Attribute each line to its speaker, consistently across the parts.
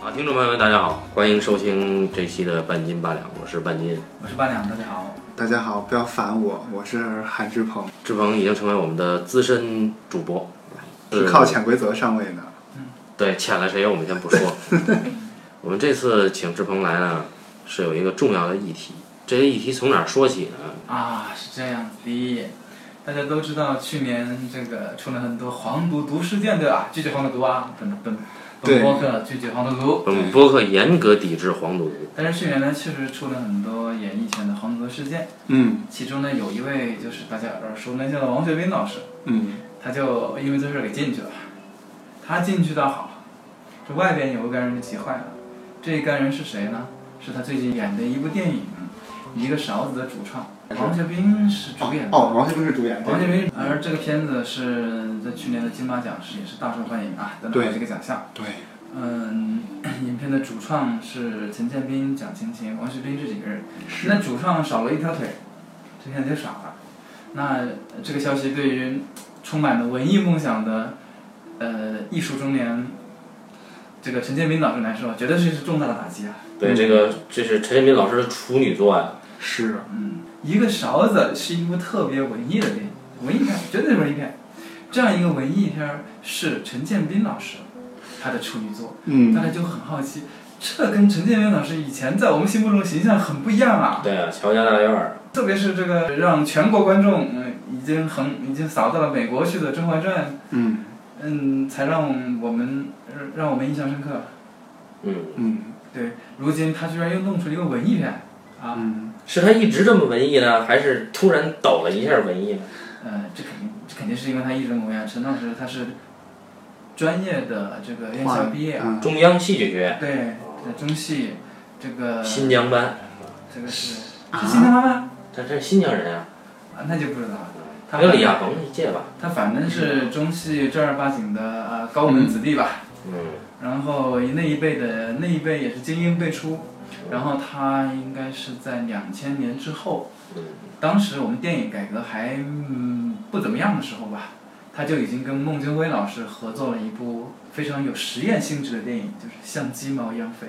Speaker 1: 好，啊听众朋友们，大家好，欢迎收听这期的半斤八两，我是半斤。
Speaker 2: 我是八两，大家好。
Speaker 3: 大家好，不要烦我，我是韩志鹏，
Speaker 1: 志鹏已经成为我们的资深主播，
Speaker 3: 是靠潜规则上位的。
Speaker 1: 对，欠了谁我们先 不说。我们这次请志鹏来呢，是有一个重要的议题。这些议题从哪儿说起呢？
Speaker 2: 啊，是这样的，大家都知道去年这个出了很多黄赌毒事件，对吧？拒绝黄赌毒啊，本本本
Speaker 3: 对
Speaker 2: 播客拒绝黄赌毒。
Speaker 1: 我们播客严格抵制黄赌毒。
Speaker 2: 但是去年呢，确实出了很多演艺圈的黄赌毒事件，
Speaker 3: 嗯
Speaker 2: 其中呢有一位就是大家耳熟能详的王学兵老师，
Speaker 3: 嗯，
Speaker 2: 他就因为这事儿给进去了。他进去倒好，这外边有一个人就急坏了。这一干人是谁呢？是他最近演的一部电影《一个勺子》的主创，王学兵是主演的。
Speaker 3: 哦，王学兵是主演，
Speaker 2: 王建民，而这个片子是在去年的金马奖是也是大受欢迎啊，得到
Speaker 3: 对
Speaker 2: 了这个奖项。
Speaker 3: 对，
Speaker 2: 嗯， 影片的主创是陈建斌、蒋勤勤、王学兵这几个人，那主创少了一条腿，这片子就少了。那这个消息对于充满了文艺梦想的呃艺术中年这个陈建斌老师来说，绝对是一个重大的打击啊。
Speaker 1: 对，这个这是陈建斌老师的处女作呀、
Speaker 3: 是
Speaker 2: 嗯，一个勺子是一部特别文艺的电影，文艺片，绝对是文艺片。这样一个文艺片儿是陈建斌老师他的处女作，
Speaker 3: 嗯
Speaker 2: 大家就很好奇，这跟陈建斌老师以前在我们心目中的形象很不一样啊。
Speaker 1: 对啊，乔家大院儿，
Speaker 2: 特别是这个让全国观众嗯已经横已经扫到了美国去的《甄嬛传》，
Speaker 3: 嗯
Speaker 2: 嗯，才让我们让我们印象深刻。
Speaker 1: 嗯，
Speaker 3: 嗯
Speaker 2: 对，如今他居然又弄出了一个文艺片啊，
Speaker 3: 嗯，
Speaker 1: 是他一直这么文艺呢，还是突然抖了一下文艺呢？
Speaker 2: 呃，这肯定，这肯定是因为他一直磨样。陈老师他是专业的这个院校毕业啊，
Speaker 3: 嗯
Speaker 1: 中央戏剧学院
Speaker 2: 对，在中戏这个
Speaker 1: 新疆班，
Speaker 2: 这个是是新疆妈妈
Speaker 1: 他这是新疆人啊，
Speaker 2: 啊，那就不知道了。他
Speaker 1: 还有李亚鹏一届吧？
Speaker 2: 他反正是中戏正儿八经的呃高门子弟吧，
Speaker 1: 嗯，
Speaker 2: 然后那一辈的那一辈也是精英辈出，然后他应该是在两千年之后
Speaker 1: 嗯，
Speaker 2: 当时我们电影改革还、嗯、不怎么样的时候吧，他就已经跟孟京辉老师合作了一部非常有实验性质的电影，就是像鸡毛一样飞。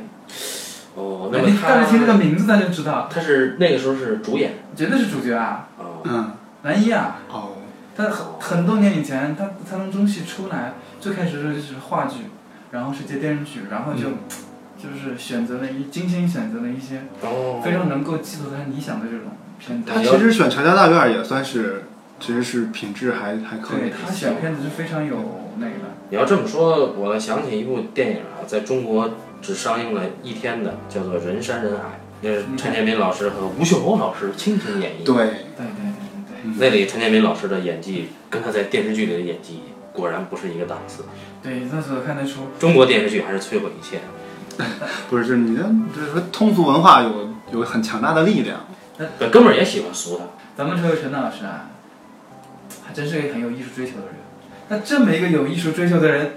Speaker 1: 哦，
Speaker 3: 哎
Speaker 1: 那
Speaker 2: 你
Speaker 1: 么
Speaker 2: 大家听这个
Speaker 1: 他
Speaker 2: 名字，大家就知道，
Speaker 1: 他是那个时候是主演
Speaker 2: 绝对是主角啊，
Speaker 1: 啊，
Speaker 3: 嗯
Speaker 2: 男一啊。
Speaker 3: 哦，
Speaker 2: 他很很多年以前，他他从中戏出来，最开始就是话剧，然后是接电视剧，然后就、就是选择了一精心选择了一些
Speaker 1: 哦
Speaker 2: 非常能够寄托他理想的这种片子。
Speaker 3: 他其实选乔家大院也算是，其实是品质还还可
Speaker 2: 对
Speaker 3: 以，
Speaker 2: 他选片子是非常有那个的，
Speaker 1: 你要这么说，我倒想起一部电影啊，在中国只上映了一天的，叫做《人山人海》，那是陈建斌老师和吴秀波老师倾情演绎。
Speaker 3: 对，
Speaker 2: 对对对对
Speaker 1: 那里陈建斌老师的演技跟他在电视剧里的演技果然不是一个档次。
Speaker 2: 对对，那时候看得出，
Speaker 1: 中国电视剧还是摧毁一切。
Speaker 3: 不是，就是你的就是说通俗文化有有很强大的力量，
Speaker 1: 本哥们儿也喜欢俗他，
Speaker 2: 咱们这位陈老师啊，还真是一个很有艺术追求的人。那这么一个有艺术追求的人，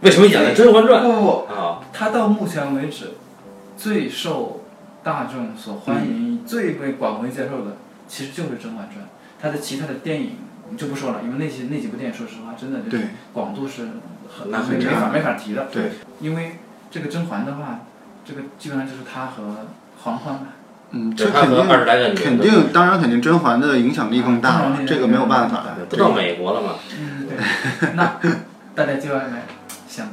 Speaker 1: 为什么演了《甄嬛传
Speaker 2: 不不》不，
Speaker 1: 啊？
Speaker 2: 他到目前为止最受大众所欢迎、
Speaker 3: 嗯
Speaker 2: 最被广为接受的，其实就是《甄嬛传》。他的其他的电影你就不说了，因为那些那几部电影，说实话，真的就是
Speaker 3: 对
Speaker 2: 广度是很
Speaker 1: 那很
Speaker 2: 没
Speaker 3: 差
Speaker 2: 法没法提的。
Speaker 3: 对，
Speaker 2: 因为这个甄嬛的话，这个基本上就是他和嬛嬛吧。
Speaker 3: 嗯，
Speaker 1: 就
Speaker 3: 这
Speaker 1: 他
Speaker 3: 肯
Speaker 1: 和二十
Speaker 3: 定
Speaker 1: 来个女的
Speaker 3: 肯定，当然肯定甄嬛的影响力更大了，这个没有办法，
Speaker 1: 都到美国了嘛。
Speaker 2: 嗯，对。 那大家就要来想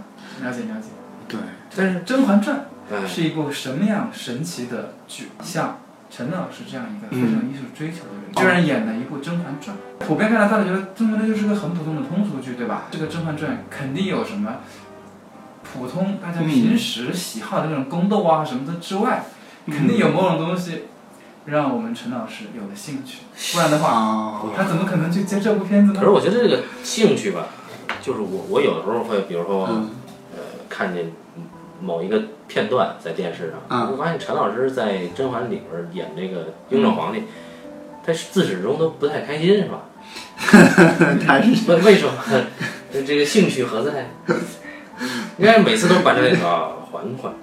Speaker 2: 了解了解，
Speaker 3: 对，
Speaker 1: 但是，
Speaker 2: 《甄嬛传
Speaker 1: 哎》，
Speaker 2: 是一部什么样神奇的剧？像陈老师这样一个
Speaker 1: 嗯
Speaker 2: 非常艺术追求的人，居然演了一部《甄嬛传》。普遍看来，大家觉得《甄嬛传》就是个很普通的通俗剧，对吧？这个《甄嬛传》肯定有什么普通大家平时喜好的那种宫斗啊什么的之外，
Speaker 1: 嗯
Speaker 2: 肯定有某种东西让我们陈老师有了兴趣，不然的话，
Speaker 3: 啊，
Speaker 2: 他怎么可能去接这部片子
Speaker 1: 可
Speaker 2: 呢
Speaker 1: 是？我觉得这个兴趣吧，就是我我有的时候会，比如说。
Speaker 3: 嗯
Speaker 1: 呃，看见某一个片段在电视上，
Speaker 3: 嗯
Speaker 1: 我发现陈老师在《甄嬛》里边演这个雍正
Speaker 3: 嗯
Speaker 1: 皇帝，他是自始至终都不太开心，是 吧？
Speaker 3: 还是
Speaker 1: 为为什么？这这个兴趣何在？应该每次都把这个啊，嬛嬛，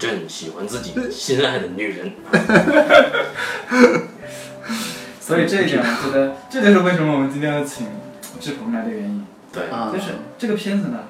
Speaker 1: 朕喜欢自己心爱的女人。
Speaker 2: 所以这一点，我觉得这就是为什么我们今天要请志鹏来的原因。
Speaker 1: 对，
Speaker 3: 啊
Speaker 2: 就，是这个片子呢，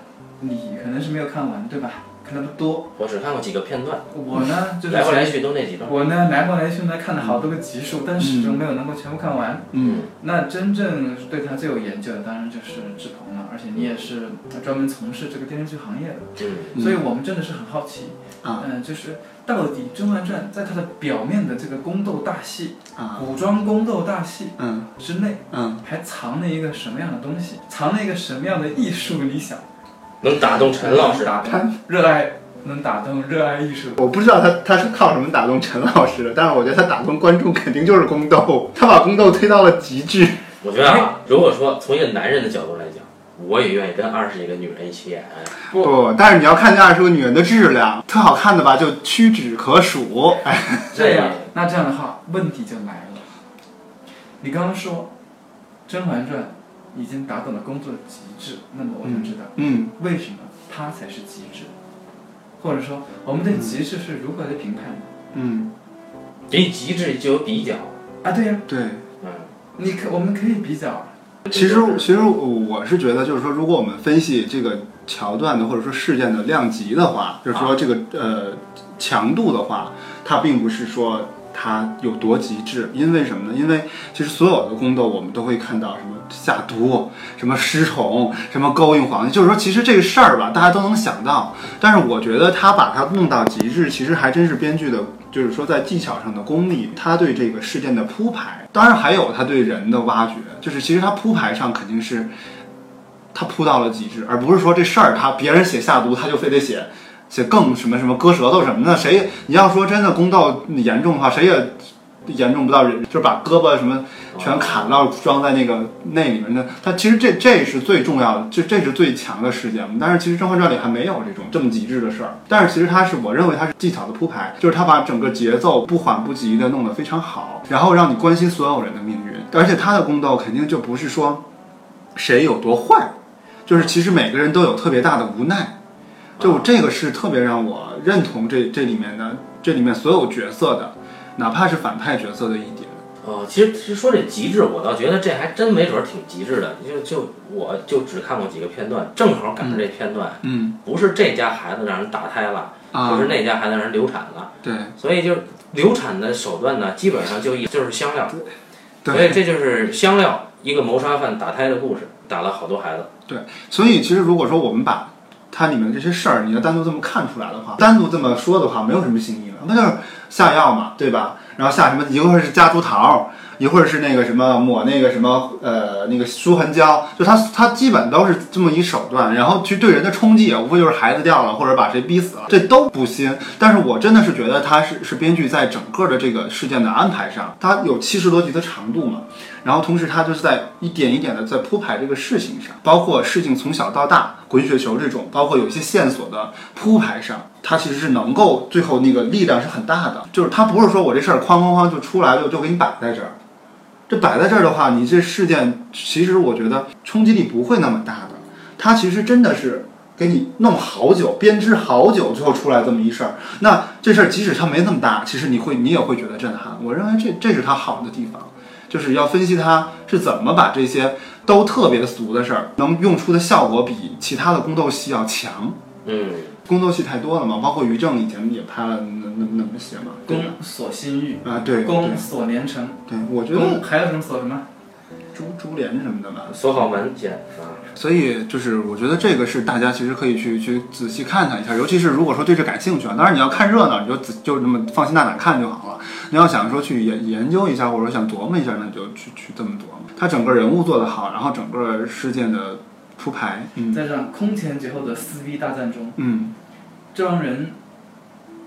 Speaker 2: 你可能是没有看完，对吧？看的不多。
Speaker 1: 我只看过几个片段，
Speaker 2: 我呢， 就是
Speaker 1: 来回来去都那几段。
Speaker 2: 我呢来回来去呢看了好多个集数，但始终没有能够全部看完。
Speaker 3: 嗯，
Speaker 2: 那真正对他最有研究的，当然就是志鹏了，而且你也是专门从事这个电视剧行业的，
Speaker 1: 嗯，
Speaker 3: 嗯
Speaker 2: 所以我们真的是很好奇，
Speaker 3: 啊
Speaker 2: 嗯、就是到底《甄嬛传》在它的表面的这个宫斗大戏、
Speaker 3: 啊，
Speaker 2: 古装宫斗大戏
Speaker 3: 嗯
Speaker 2: 之内，
Speaker 3: 嗯，
Speaker 2: 还藏了一个什么样的东西，藏了一个什么样的艺术理想？
Speaker 1: 能打动陈老师，
Speaker 2: 打动热爱能打动热爱艺术。
Speaker 3: 我不知道他他是靠什么打动陈老师的，但是我觉得他打动观众肯定就是宫斗，他把宫斗推到了极致。
Speaker 1: 我觉得啊，如果说从一个男人的角度来讲，我也愿意跟二十一个女人一起演。
Speaker 2: 不
Speaker 3: 不，但是你要看这二十个女人的质量，特好看的吧就屈指可数。哎，
Speaker 2: 这样，那这样的话，问题就来了。你刚刚说《甄嬛传》已经达到了工作极致，那么我想知道、
Speaker 3: 嗯
Speaker 2: 为什么它才是极致，或者说我们对极致是如何的评判的？
Speaker 3: 嗯，
Speaker 1: 比极致就有比较，
Speaker 2: 啊，对呀、
Speaker 3: 对。
Speaker 1: 嗯，
Speaker 2: 你可我们可以比较，
Speaker 3: 其实，其实我是觉得，就是说，如果我们分析这个桥段的或者说事件的量级的话，就是说这个、呃强度的话，它并不是说它有多极致，因为什么呢？因为其实所有的宫斗我们都会看到什么下毒、什么失宠、什么勾引皇帝，就是说其实这个事儿吧，大家都能想到，但是我觉得他把它弄到极致，其实还真是编剧的就是说在技巧上的功力，他对这个事件的铺排，当然还有他对人的挖掘，就是其实他铺排上肯定是他铺到了极致，而不是说这事儿他别人写下毒，他就非得写写更什么什么割舌头什么的，谁也你要说真的公道严重的话，谁也严重不到人，就是把胳膊什么全砍到装在那个那里面的。但其实这这是最重要的，这这是最强的事件嘛。但是其实《甄嬛传》里还没有这种这么极致的事儿。但是其实它是我认为它是技巧的铺排，就是它把整个节奏不缓不急的弄得非常好，然后让你关心所有人的命运。而且它的宫斗肯定就不是说谁有多坏，就是其实每个人都有特别大的无奈。就这个是特别让我认同这这里面的这里面所有角色的，哪怕是反派角色的一点。
Speaker 1: 哦，其实其实说这极致，我倒觉得这还真没准儿挺极致的。就就我就只看过几个片段，正好赶上这片段，
Speaker 3: 嗯
Speaker 1: 不是这家孩子让人打胎了，
Speaker 3: 啊
Speaker 1: 不，是那家孩子让人流产了，
Speaker 3: 对
Speaker 1: 所以就流产的手段呢，基本上就一就是香料，所以
Speaker 3: 对，
Speaker 1: 这就是香料一个谋杀犯打胎的故事，打了好多孩子。
Speaker 3: 所以其实如果说我们把它里面的这些事儿，你要单独这么看出来的话，单独这么说的话，没有什么新意了，那就是下药嘛，对吧？然后下什么，一会儿是夹竹桃，一会儿是那个什么抹那个什么呃那个舒痕胶，就它它基本都是这么一手段，然后去对人的冲击，无非就是孩子掉了或者把谁逼死了，这都不新。但是我真的是觉得它是是编剧在整个的这个事件的安排上，它有七十多集的长度嘛，然后同时它就是在一点一点的在铺排这个事情上，包括事情从小到大滚雪球这种，包括有一些线索的铺排上，它其实是能够最后那个力量是很大的，就是它不是说我这事儿哐哐哐就出来就就给你摆在这儿。这摆在这儿的话，你这事件其实我觉得冲击力不会那么大的。它其实真的是给你弄好久，编织好久，最后出来这么一事儿。那这事儿即使它没那么大，其实你会你也会觉得震撼。我认为这这是它好的地方，就是要分析它是怎么把这些都特别俗的事儿，能用出的效果比其他的宫斗戏要强。
Speaker 1: 嗯，
Speaker 3: 宫斗戏太多了嘛，包括于正以前也拍了那那那么些嘛，对吧
Speaker 2: 宫锁心玉，
Speaker 3: 啊对嗯对
Speaker 2: 宫锁连城，
Speaker 3: 对，我觉得
Speaker 2: 宫还有什么锁什么？
Speaker 3: 珠珠帘什么的吧，
Speaker 1: 锁好门先啊，
Speaker 3: 所以就是，我觉得这个是大家其实可以去去仔细看看一下，尤其是如果说对这感兴趣啊，当然你要看热闹，你就仔就那么放心大胆看就好了。你要想说去研研究一下，或者说想琢磨一下，那你就去去这么琢磨。他整个人物做得好，然后整个事件的铺排，嗯
Speaker 2: 在这样空前绝后的撕逼大战中。
Speaker 3: 嗯
Speaker 2: 这帮人，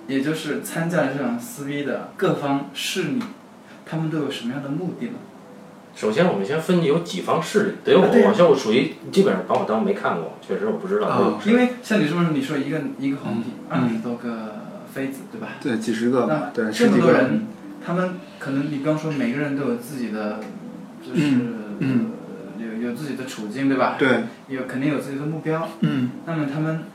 Speaker 2: 也就是参加了这场撕逼的各方势力，他们都有什么样的目的呢？
Speaker 1: 首先我们先分有几方势力，对我
Speaker 2: 啊对啊
Speaker 1: 我就属于基本上把我当没看过，确实我不知道。
Speaker 3: 啊，
Speaker 2: 因为像你说，你说一个一个皇帝，二
Speaker 3: 嗯
Speaker 2: 十多个妃子，对吧？
Speaker 3: 对，几十个吧，对，
Speaker 2: 那
Speaker 3: 十
Speaker 2: 这
Speaker 3: 几
Speaker 2: 么多
Speaker 3: 个
Speaker 2: 人，他们可能你刚说每个人都有自己的，就是、呃
Speaker 3: 嗯嗯
Speaker 2: 有有自己的处境，对吧？
Speaker 3: 对，
Speaker 2: 有肯定有自己的目标，
Speaker 3: 嗯
Speaker 2: 那么他们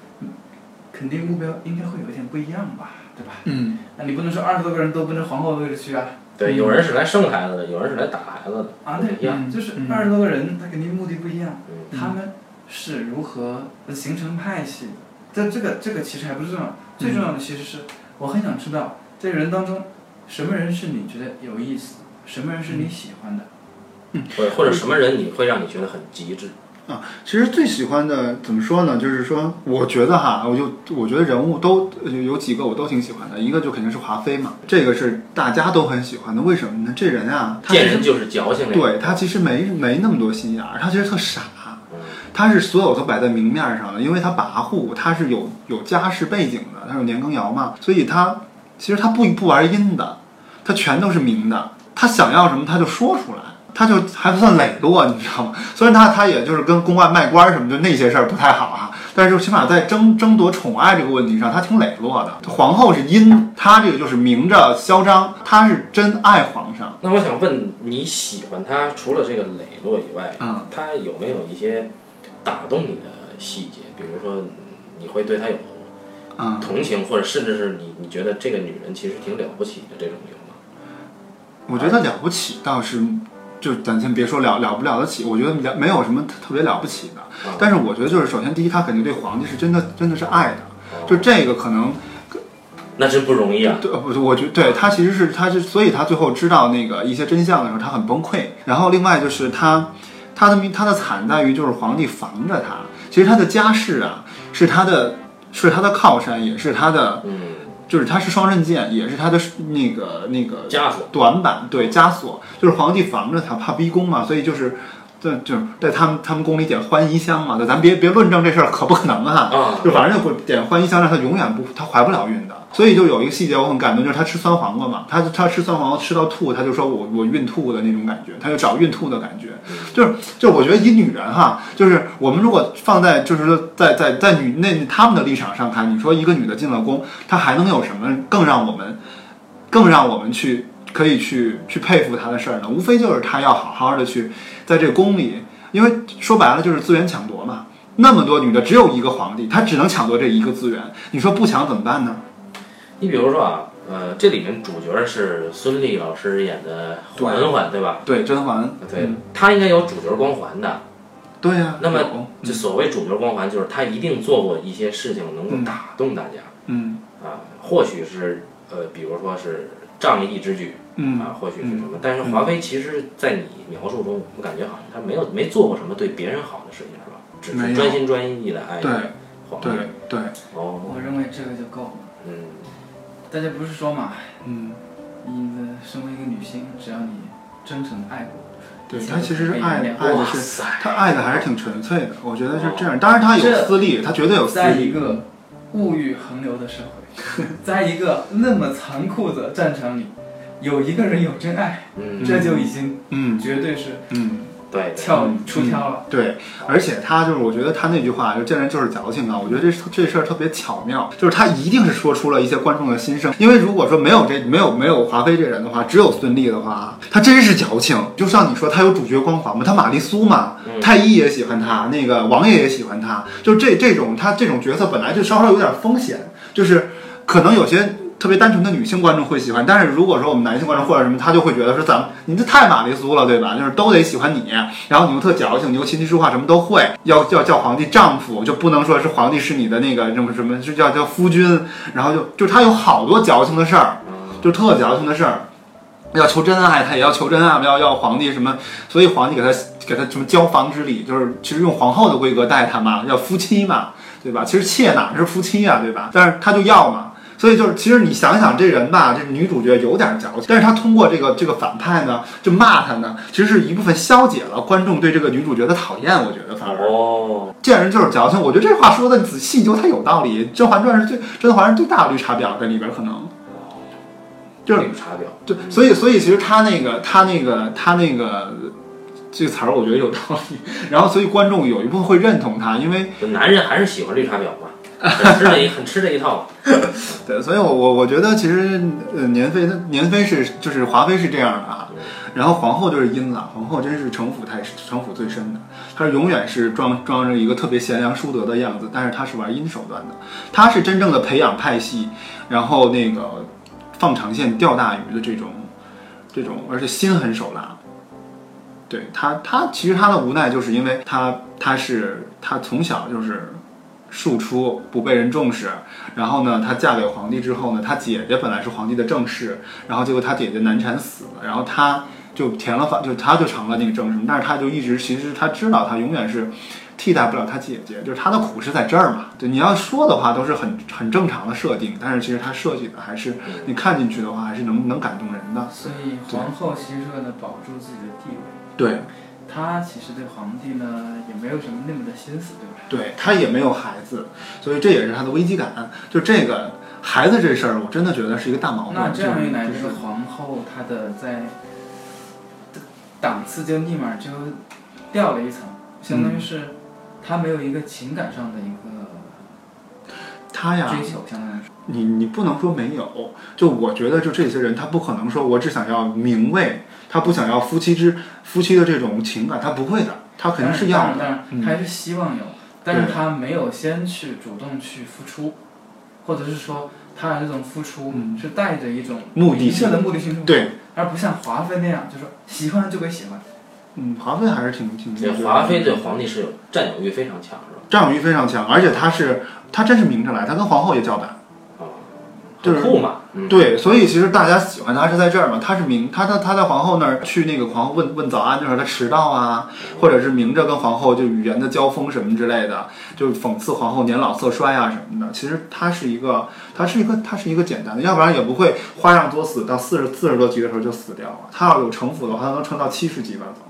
Speaker 2: 肯定目标应该会有一点不一样吧，对吧？
Speaker 3: 嗯，
Speaker 2: 那你不能说二十多个人都奔着皇后的位置去啊。
Speaker 1: 对，有人是来生孩子的，有人是来打孩子的，哎
Speaker 2: 啊，
Speaker 1: 不一样。
Speaker 2: 对，就是
Speaker 3: 嗯
Speaker 2: 二十多个人，他肯定目的不一样，
Speaker 1: 嗯
Speaker 2: 他们是如何形成派系，但这个这个其实还不是
Speaker 3: 嗯
Speaker 2: 重要，最重要的其实是我很想知道这人当中，什么人是你觉得有意思，什么人是
Speaker 3: 嗯
Speaker 2: 你喜欢的。
Speaker 1: 或者或者什么人你会让你觉得很极致？
Speaker 3: 啊，其实最喜欢的怎么说呢？就是说，我觉得哈，我就我觉得人物都有有几个我都挺喜欢的，一个就肯定是华妃嘛，这个是大家都很喜欢的。为什么呢？这人啊，他其
Speaker 1: 见
Speaker 3: 实
Speaker 1: 人就是矫情那种。
Speaker 3: 对他其实没没那么多心眼儿，他其实特傻。
Speaker 1: 嗯
Speaker 3: 他是所有都摆在明面上的，因为他跋扈，他是有有家世背景的，他有年羹尧嘛，所以他其实他不不玩阴的，他全都是明的，他想要什么他就说出来，他就还不算磊落，你知道吗？虽然他他也就是跟宫外卖官什么就那些事儿不太好啊，但是起码在争争夺宠爱这个问题上，他挺磊落的。皇后是阴，他这个就是明着嚣张，他是真爱皇上。
Speaker 1: 那我想问，你喜欢他除了这个磊落以外，
Speaker 3: 嗯
Speaker 1: 他有没有一些打动你的细节？比如说，嗯你会对他有
Speaker 3: 嗯，
Speaker 1: 同情，或者甚至是你你觉得这个女人其实挺了不起的这种有吗？
Speaker 3: 我觉得了不起倒是，就咱先别说了了不了得起，我觉得了没有什么特特别了不起的。
Speaker 1: 啊
Speaker 3: 但是我觉得就是，首先第一，他肯定对皇帝是真的真的是爱的，
Speaker 1: 哦
Speaker 3: 就这个可能
Speaker 1: 那真不容易啊！
Speaker 3: 对，呃不是，我觉对他其实是他是，所以他最后知道那个一些真相的时候，他很崩溃。然后另外就是他，他的命他的惨在于就是皇帝防着他，其实他的家世啊是他的是他的靠山，也是他的
Speaker 1: 嗯，
Speaker 3: 就是他是双刃剑，也是他的那个那个
Speaker 1: 枷锁。
Speaker 3: 短板，对枷锁，就是皇帝防着他，怕逼宫嘛，所以就是，对，就是在他们他们宫里点欢宜香嘛，咱别别论证这事儿可不可能啊，
Speaker 1: 啊
Speaker 3: 就反正就点欢宜香，让他永远不他怀不了孕的。所以就有一个细节我很感动，就是他吃酸黄瓜嘛，他他吃酸黄瓜吃到吐，他就说我我孕吐的那种感觉，他就找孕吐的感觉，就是就是我觉得以女人哈，就是我们如果放在就是说在在在女那他们的立场上看，你说一个女的进了宫，她还能有什么更让我们更让我们去可以去去佩服她的事儿呢？无非就是她要好好的去在这个宫里，因为说白了就是资源抢夺嘛。那么多女的，只有一个皇帝，她只能抢夺这一个资源。你说不抢怎么办呢？
Speaker 1: 你比如说啊，呃，这里面主角是孙俪老师演的嬛嬛，对吧？
Speaker 3: 对，甄嬛，
Speaker 1: 对，她应该有主角光环的。
Speaker 3: 对呀、
Speaker 1: 那么
Speaker 3: 有
Speaker 1: 就所谓主角光环，就是她一定做过一些事情能
Speaker 3: 嗯
Speaker 1: 够打动大家。
Speaker 3: 嗯
Speaker 1: 啊，或许是呃，比如说是仗义之举
Speaker 3: 嗯
Speaker 1: 啊，或许是什么，但是华妃其实，在你描述中，我们感觉好像她没有没做过什么对别人好的事情，是吧？只
Speaker 3: 没
Speaker 1: 是
Speaker 3: 有
Speaker 1: 专心专一的爱
Speaker 3: 对
Speaker 1: 皇帝
Speaker 3: 对。对，
Speaker 1: 哦，
Speaker 2: 我认为这个就够了。
Speaker 1: 嗯，
Speaker 2: 大家不是说嘛，
Speaker 3: 嗯，
Speaker 2: 你的身为一个女性，只要你真诚地爱过，
Speaker 3: 对
Speaker 2: 一切
Speaker 3: 她其实
Speaker 2: 都
Speaker 3: 是
Speaker 2: 可以
Speaker 3: 爱
Speaker 2: 原谅
Speaker 3: 爱的
Speaker 1: 哇
Speaker 3: 是
Speaker 1: 塞，
Speaker 3: 他爱的还是挺纯粹的，我觉得是这样。当然他有
Speaker 2: 这
Speaker 3: 私利，他绝对有私
Speaker 2: 在一
Speaker 3: 利。
Speaker 2: 个物欲横流的社会， 在一个那么残酷的战场里，有一个人有真爱，
Speaker 1: 嗯，
Speaker 2: 这就已经
Speaker 3: 嗯
Speaker 2: 绝对是
Speaker 3: 嗯，
Speaker 1: 对，对
Speaker 2: 跳出挑了。
Speaker 3: 对，而且他就是，我觉得他那句话就见人就是矫情啊，我觉得这这事儿特别巧妙，就是他一定是说出了一些观众的心声。因为如果说没有这没有没有华妃这人的话，只有孙俪的话，他真是矫情。就像你说，他有主角光环嘛，他玛丽苏嘛，
Speaker 1: 嗯
Speaker 3: 太医也喜欢他，那个王爷也喜欢他，就这这种他这种角色本来就稍稍有点风险，就是可能有些特别单纯的女性观众会喜欢，但是如果说我们男性观众或者什么，他就会觉得说咱们你这太玛丽苏了，对吧？就是都得喜欢你，然后你又特矫情，你又琴棋书画什么都会，要要叫皇帝丈夫，就不能说是皇帝是你的那个什么什么，是叫叫夫君，然后就就他有好多矫情的事儿，
Speaker 1: 嗯
Speaker 3: 就特矫情的事儿。要求真爱，他也要求真爱，要 要皇帝什么，所以皇帝给他给他什么交房之礼，就是其实用皇后的规格待他嘛，要夫妻嘛，对吧？其实妾哪是夫妻啊，对吧？但是他就要嘛，所以就是其实你想想这人吧，这女主角有点矫情，但是她通过这个这个反派呢，就骂他呢，其实是一部分消解了观众对这个女主角的讨厌，我觉得反而。
Speaker 1: 哦，
Speaker 3: 见人就是矫情，我觉得这话说的仔细究，它有道理。《甄嬛传》是最《甄嬛》是最大的绿茶婊在里边，可能就是
Speaker 1: 绿茶婊，
Speaker 3: 对，所以所以其实他那个他那个他那个这个词儿，我觉得有道理。然后所以观众有一部分会认同他，因为
Speaker 1: 就男人还是喜欢绿茶婊嘛，很吃这一 很吃这一套嘛。
Speaker 3: 对，所以我我我觉得其实呃年妃她年妃是就是华妃是这样的啊，然后皇后就是阴了，皇后真是城府太城府最深的，她是永远是装装着一个特别贤良淑德的样子，但是她是玩阴手段的，她是真正的培养派系，然后那个放长线钓大鱼的这种这种，而且心狠手辣。对他，他其实他的无奈就是因为他他是他从小就是庶出，不被人重视。然后呢，她嫁给皇帝之后呢，她姐姐本来是皇帝的正室，然后结果她姐姐难产死了，然后她就填了反，就她就成了那个正室，但是她就一直其实她知道她永远是。替代不了她姐姐，就是她的苦是在这儿嘛。对，你要说的话都是很很正常的设定，但是其实她设计的还是
Speaker 1: 嗯
Speaker 3: 你看进去的话，还是能能感动人的。
Speaker 2: 所以皇后其实是为了保住自己的地位，
Speaker 3: 对，
Speaker 2: 她其实对皇帝呢也没有什么那么的心思，对吧？
Speaker 3: 对她也没有孩子，所以这也是她的危机感。就这个孩子这事儿，我真的觉得是一个大矛盾。
Speaker 2: 那这样一来，
Speaker 3: 就
Speaker 2: 这
Speaker 3: 是
Speaker 2: 个皇后她的在档次就立马就掉了一层，相当于是她没有一个情感上的一个
Speaker 3: 她哎呀，
Speaker 2: 追求，相当于是。
Speaker 3: 你你不能说没有，就我觉得就这些人，他不可能说我只想要名位，他不想要夫妻之夫妻的这种情感，他不会的，他肯定是要
Speaker 2: 当然，
Speaker 3: 的。
Speaker 2: 当然
Speaker 3: 嗯
Speaker 2: 她还是希望有，但是
Speaker 3: 对
Speaker 2: 她没有先去主动去付出，或者是说她的这种付出
Speaker 3: 嗯
Speaker 2: 是带着一种
Speaker 3: 目的
Speaker 2: 明确
Speaker 3: 性
Speaker 2: 的目的性付出，
Speaker 3: 对，
Speaker 2: 而不像华妃那样，就是喜欢就归喜欢。
Speaker 3: 嗯，华妃还是挺挺。
Speaker 1: 这华妃对皇帝是有占有欲非常强，是吧？
Speaker 3: 占有欲非常强，而且她是她真是明着来，她跟皇后也叫板。
Speaker 1: 啊，
Speaker 3: 就是
Speaker 1: 很酷嘛，嗯，
Speaker 3: 对，所以其实大家喜欢她是在这儿嘛，她是明她她她在皇后那儿去那个皇后问问早安的时候，她迟到啊，或者是明着跟皇后就语言的交锋什么之类的，就讽刺皇后年老色衰啊什么的。其实她是一个她是一个她是一个简单的，要不然也不会花样作死，到四十四十多集的时候就死掉了。她要有城府的话，她能撑到七十集吧都。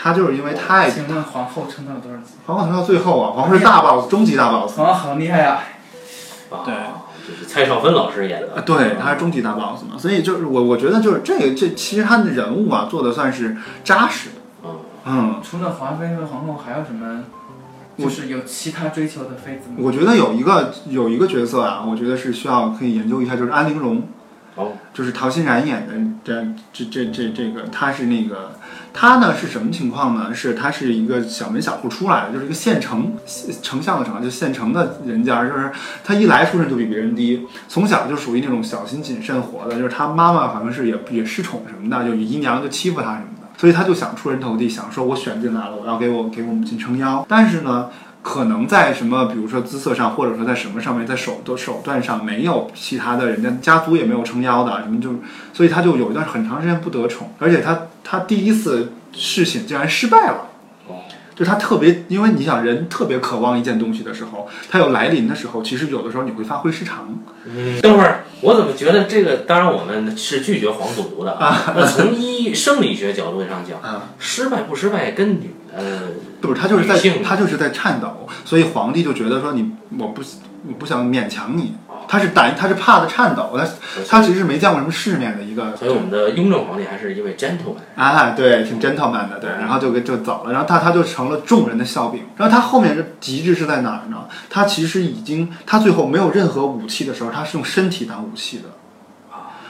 Speaker 3: 她就是因为太
Speaker 2: 请问皇后撑到了多少集？
Speaker 3: 皇后撑到最后啊，皇后是大 boss，终极大 boss。
Speaker 2: 皇后好厉害啊！
Speaker 1: 啊，
Speaker 3: 对
Speaker 1: 就是蔡少芬老师演的嗯
Speaker 3: 啊，，对，他是终极大 boss 嘛，所以就是我我觉得就是这个这其实他的人物啊做的算是扎实，
Speaker 1: 嗯，
Speaker 3: 嗯，
Speaker 2: 除了华妃和皇后，还有什么？就是有其他追求的妃子吗？
Speaker 3: 我觉得有一个有一个角色啊，我觉得是需要可以研究一下，就是安陵容，
Speaker 1: 哦，
Speaker 3: 就是陶欣然演的这这这这这个，她是那个她呢是什么情况呢？是她是一个小门小户出来的，就是一个县城县丞相的丞，就县城的人家，就是她一来出身就比别人低，从小就属于那种小心谨慎活的，就是她妈妈好像是也也失宠什么的，就姨娘就欺负她什么的，所以她就想出人头地，想说我选进来了，我要给我给我母亲撑腰，但是呢。可能在什么，比如说姿色上，或者说在什么上面，在手段手段上，没有其他的人家家族也没有撑腰的，什么就，所以他就有一段很长时间不得宠，而且他他第一次事情竟然失败了，
Speaker 1: 哦，
Speaker 3: 就是他特别，因为你想人特别渴望一件东西的时候，它有来临的时候，其实有的时候你会发挥失常，
Speaker 1: 嗯，等会儿，我怎么觉得这个？当然，我们是拒绝黄赌毒的 啊。那从医生理学角度上讲，
Speaker 3: 啊，
Speaker 1: 失败不失败跟呃女的
Speaker 3: 不是他就是在
Speaker 1: 理性
Speaker 3: 他就是在颤抖，所以皇帝就觉得说你我不我不想勉强你，他是胆他是怕的颤抖，他他其实是没见过什么世面的一个，
Speaker 1: 所以我们的雍正皇帝还是一位 gentleman，
Speaker 3: 啊，对，挺 gentleman 的，对，然后就给就走了，然后他他就成了众人的笑柄。然后他后面的极致是在哪儿呢？他其实已经，他最后没有任何武器的时候，他是用身体当武器的。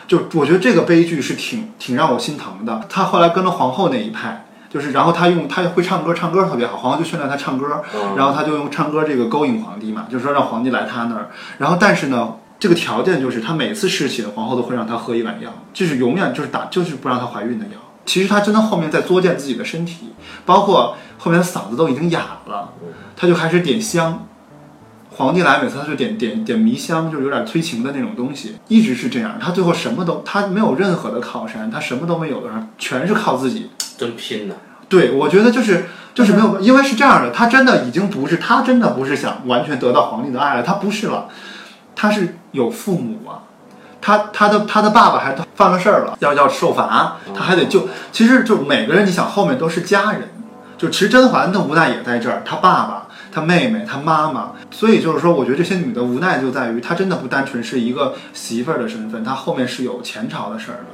Speaker 3: 就我觉得这个悲剧是挺挺让我心疼的。他后来跟了皇后那一派，就是然后他用他会唱歌，唱歌特别好，皇后就训练他唱
Speaker 1: 啊
Speaker 3: 歌，
Speaker 1: 嗯
Speaker 3: 然后他就用唱歌这个勾引皇帝嘛，就是说让皇帝来他那儿。然后但是呢，这个条件就是他每次侍寝，皇后都会让他喝一碗药，就是永远就是打就是不让他怀孕的药。其实他真的后面在作践自己的身体，包括后面嗓子都已经哑了，他就开始点香。皇帝来每次他就点点点迷香，就是有点催情的那种东西，一直是这样。他最后什么都他没有任何的靠山，他什么都没有的时候，全是靠自己。
Speaker 1: 真拼呐。
Speaker 3: 对，我觉得就是就是没有，因为是这样的，他真的已经不是，他真的不是想完全得到皇帝的爱了，他不是了，他是有父母啊，他他的他的爸爸还犯了事儿了，要要受罚，他还得救。其实就每个人，你想后面都是家人，就其实甄嬛的无奈也在这儿，她爸爸。她妹妹，她妈妈，所以就是说，我觉得这些女的无奈就在于，她真的不单纯是一个媳妇儿的身份，她后面是有前朝的事儿的。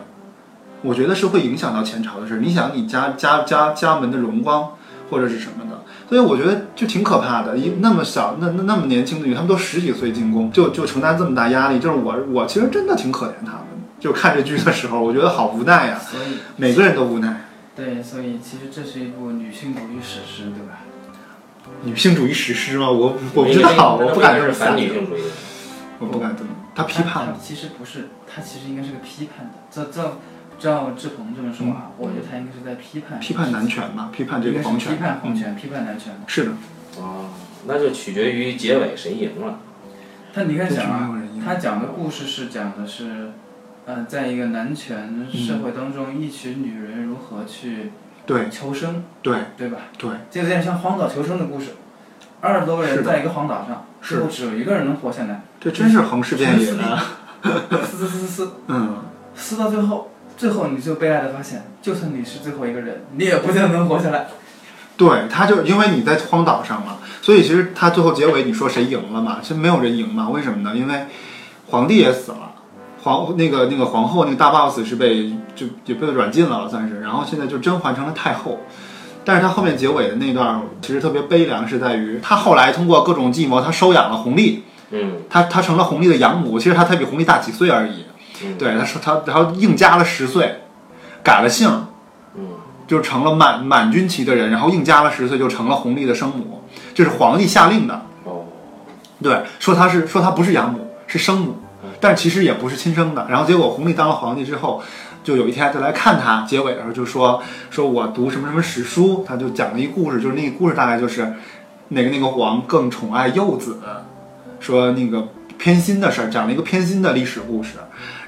Speaker 3: 我觉得是会影响到前朝的事儿。你想，你家家家家门的荣光或者是什么的，所以我觉得就挺可怕的。一那么小，那那那么年轻的女，她们都十几岁进宫，就就承担这么大压力，就是我我其实真的挺可怜她们。就看这剧的时候，我觉得好无奈呀、
Speaker 2: 所以，
Speaker 3: 每个人都无奈。
Speaker 2: 对，所以其实这是一部女性主义史诗，对吧？
Speaker 3: 女性主义史诗吗？我我不
Speaker 1: 因
Speaker 3: 知
Speaker 1: 为
Speaker 3: 道，我不敢这
Speaker 1: 那是
Speaker 3: 么
Speaker 1: 反
Speaker 3: 想，
Speaker 1: 女性主义。
Speaker 3: 我不敢这么。她批判
Speaker 2: 它
Speaker 3: 了，
Speaker 2: 其实不是，它其实应该是个批判的。照照照志鹏这么说啊，我觉得他应该是在批判
Speaker 3: 批判男权嘛，批判这
Speaker 2: 应
Speaker 3: 个
Speaker 2: 该是
Speaker 3: 皇
Speaker 2: 批
Speaker 3: 权。
Speaker 2: 判皇权，批判男权。
Speaker 3: 是的，
Speaker 1: 哦，那就取决于结尾谁赢了。
Speaker 2: 但你看想啊，
Speaker 3: 有人赢
Speaker 2: 他讲的故事是讲的是，呃，在一个男权社会当中，一群女人如何去
Speaker 3: 对
Speaker 2: 求生，
Speaker 3: 对
Speaker 2: 对吧？
Speaker 3: 对，
Speaker 2: 这个有点像荒岛求生的故事，二十多个
Speaker 3: 是
Speaker 2: 人
Speaker 3: 的
Speaker 2: 在一个荒岛上，
Speaker 3: 是
Speaker 2: 最后只有一个人能活下来，
Speaker 3: 这真是横事遍野啊！
Speaker 2: 撕撕撕撕
Speaker 3: 嗯，
Speaker 2: 撕到最后，最后你就悲哀的发现，就算你是最后一个人，你也不见得能活下来。
Speaker 3: 对，他就因为你在荒岛上嘛，所以其实他最后结尾你说谁赢了嘛？其实没有人赢嘛，为什么呢？因为皇帝也死了。皇那个那个皇后那个大 boss 是被就也被软禁了，算是，然后现在就甄嬛成了太后，但是她后面结尾的那段其实特别悲凉，是在于她后来通过各种计谋，她收养了弘历，
Speaker 1: 嗯
Speaker 3: 她她成了弘历的养母，其实她才比弘历大几岁而已，
Speaker 1: 嗯，，
Speaker 3: 对，他说他然后硬加了十岁，改了姓，
Speaker 1: 嗯
Speaker 3: 就成了满满军旗的人，然后硬加了十岁就成了弘历的生母，这是皇帝下令的。
Speaker 1: 哦，
Speaker 3: 对，说他是说他不是养母，是生母
Speaker 1: 嗯，
Speaker 3: 但其实也不是亲生的。然后结果弘历当了皇帝之后，就有一天就来看他，结尾的时候就说说我读什么什么史书，他就讲了一故事，就是那个故事大概就是哪个那个王更宠爱幼子，说那个偏心的事儿，讲了一个偏心的历史故事。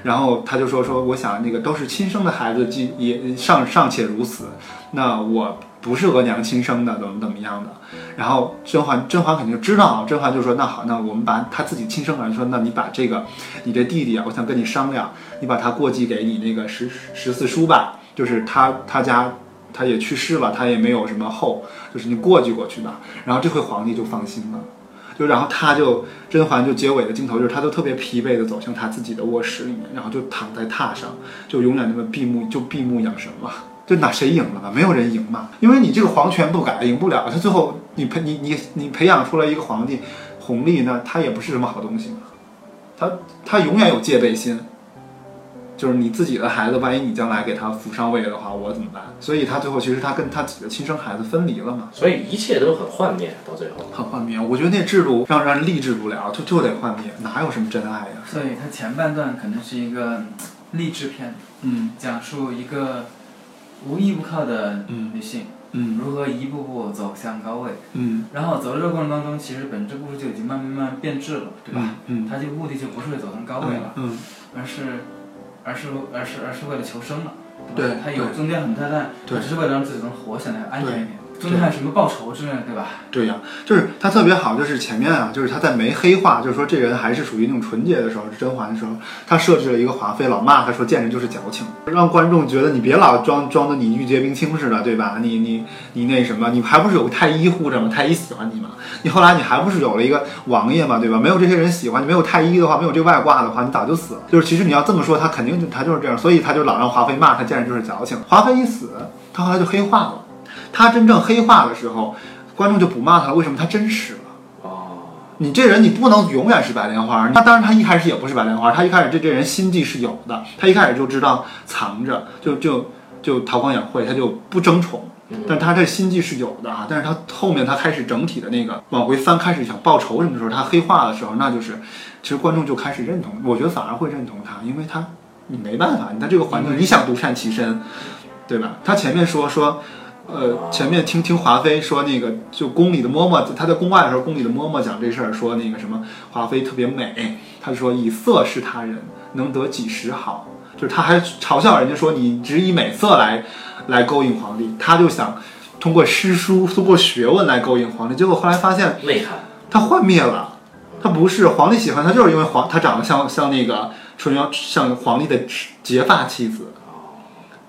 Speaker 3: 然后他就说说，我想那个都是亲生的孩子，既也尚尚且如此，那我不是额娘亲生的，怎么怎么样的。然后甄嬛甄嬛肯定知道，甄嬛就说那好，那我们把她自己亲生儿子说，那你把这个你这弟弟啊，我想跟你商量，你把他过继给你那个十十四叔吧，就是他他家。他也去世了，他也没有什么后，就是你过继过去吧。然后这回皇帝就放心了，就然后他就甄嬛就结尾的镜头就是她都特别疲惫的走向她自己的卧室里面，然后就躺在榻上，就永远那么闭目就闭目养神嘛。就哪谁赢了吧？没有人赢嘛，因为你这个皇权不改，赢不了。他最后你培你你你培养出来一个皇帝弘历呢，他也不是什么好东西嘛。他他永远有戒备心，就是你自己的孩子，万一你将来给他扶上位的话，我怎么办？所以他最后其实他跟他自己的亲生孩子分离了嘛。
Speaker 1: 所以一切都很幻灭，到最后。
Speaker 3: 很幻灭。我觉得那制度让让人励志不了，就就得幻灭，哪有什么真爱啊呀、
Speaker 2: 所以它前半段可能是一个嗯励志片，
Speaker 3: 嗯
Speaker 2: 讲述一个无依无靠的
Speaker 3: 嗯
Speaker 2: 女性
Speaker 3: 嗯
Speaker 2: 如何一步步走向高位。
Speaker 3: 嗯，
Speaker 2: 然后走的这个过程当中，其实本质故事就已经慢慢慢慢变质了，对吧？？
Speaker 3: 嗯，
Speaker 2: 它这个目的就不是为了走向高位了，
Speaker 3: 嗯
Speaker 2: 而是，而是而是而是为了求生了，
Speaker 3: 对
Speaker 2: 吧？它有中间很大段，
Speaker 3: 对
Speaker 2: 它只是为了让自己能活下来，安全一点。中间还有什么报仇之类的，对吧？
Speaker 3: 对呀、就是他特别好，就是前面啊，就是他在没黑化，就是说这人还是属于那种纯洁的时候，甄嬛的时候，他设置了一个华妃老骂他说见人就是矫情，让观众觉得你别老装装的你玉洁冰清似的，对吧？你你你那什么，你还不是有个太医护着吗？太医喜欢你吗？你后来你还不是有了一个王爷嘛，对吧？没有这些人喜欢你，没有太医的话，没有这外挂的话，你早就死了。就是其实你要这么说，他肯定就他就是这样，所以他就老让华妃骂他见人就是矫情。华妃一死，他后来就黑化了。他真正黑化的时候，观众就不骂他了，为什么？他真实了。
Speaker 1: 哦，
Speaker 3: 你这人你不能永远是白莲花。他当然他一开始也不是白莲花，他一开始这这人心计是有的，他一开始就知道藏着，就就就韬光养晦，他就不争宠。
Speaker 1: 嗯
Speaker 3: 但他这心计是有的啊，但是他后面他开始整体的那个往回翻，开始想报仇什么的时候，他黑化的时候，那就是其实观众就开始认同，我觉得反而会认同他，因为他你没办法，你在这个环境，你想独善其身，对吧？他前面说说。呃，前面听听华妃说那个，就宫里的嬷嬷，她在宫外的时候，宫里的嬷嬷讲这事儿，说那个什么华妃特别美，她说以色侍他人，能得几时好？就是她还嘲笑人家说你只以美色来来勾引皇帝，他就想通过诗书、通过学问来勾引皇帝。结果后来发现
Speaker 1: 内涵。
Speaker 3: 他幻灭了，他不是皇帝喜欢他，就是因为皇他长得像像那个纯阳，像皇帝的结发妻子，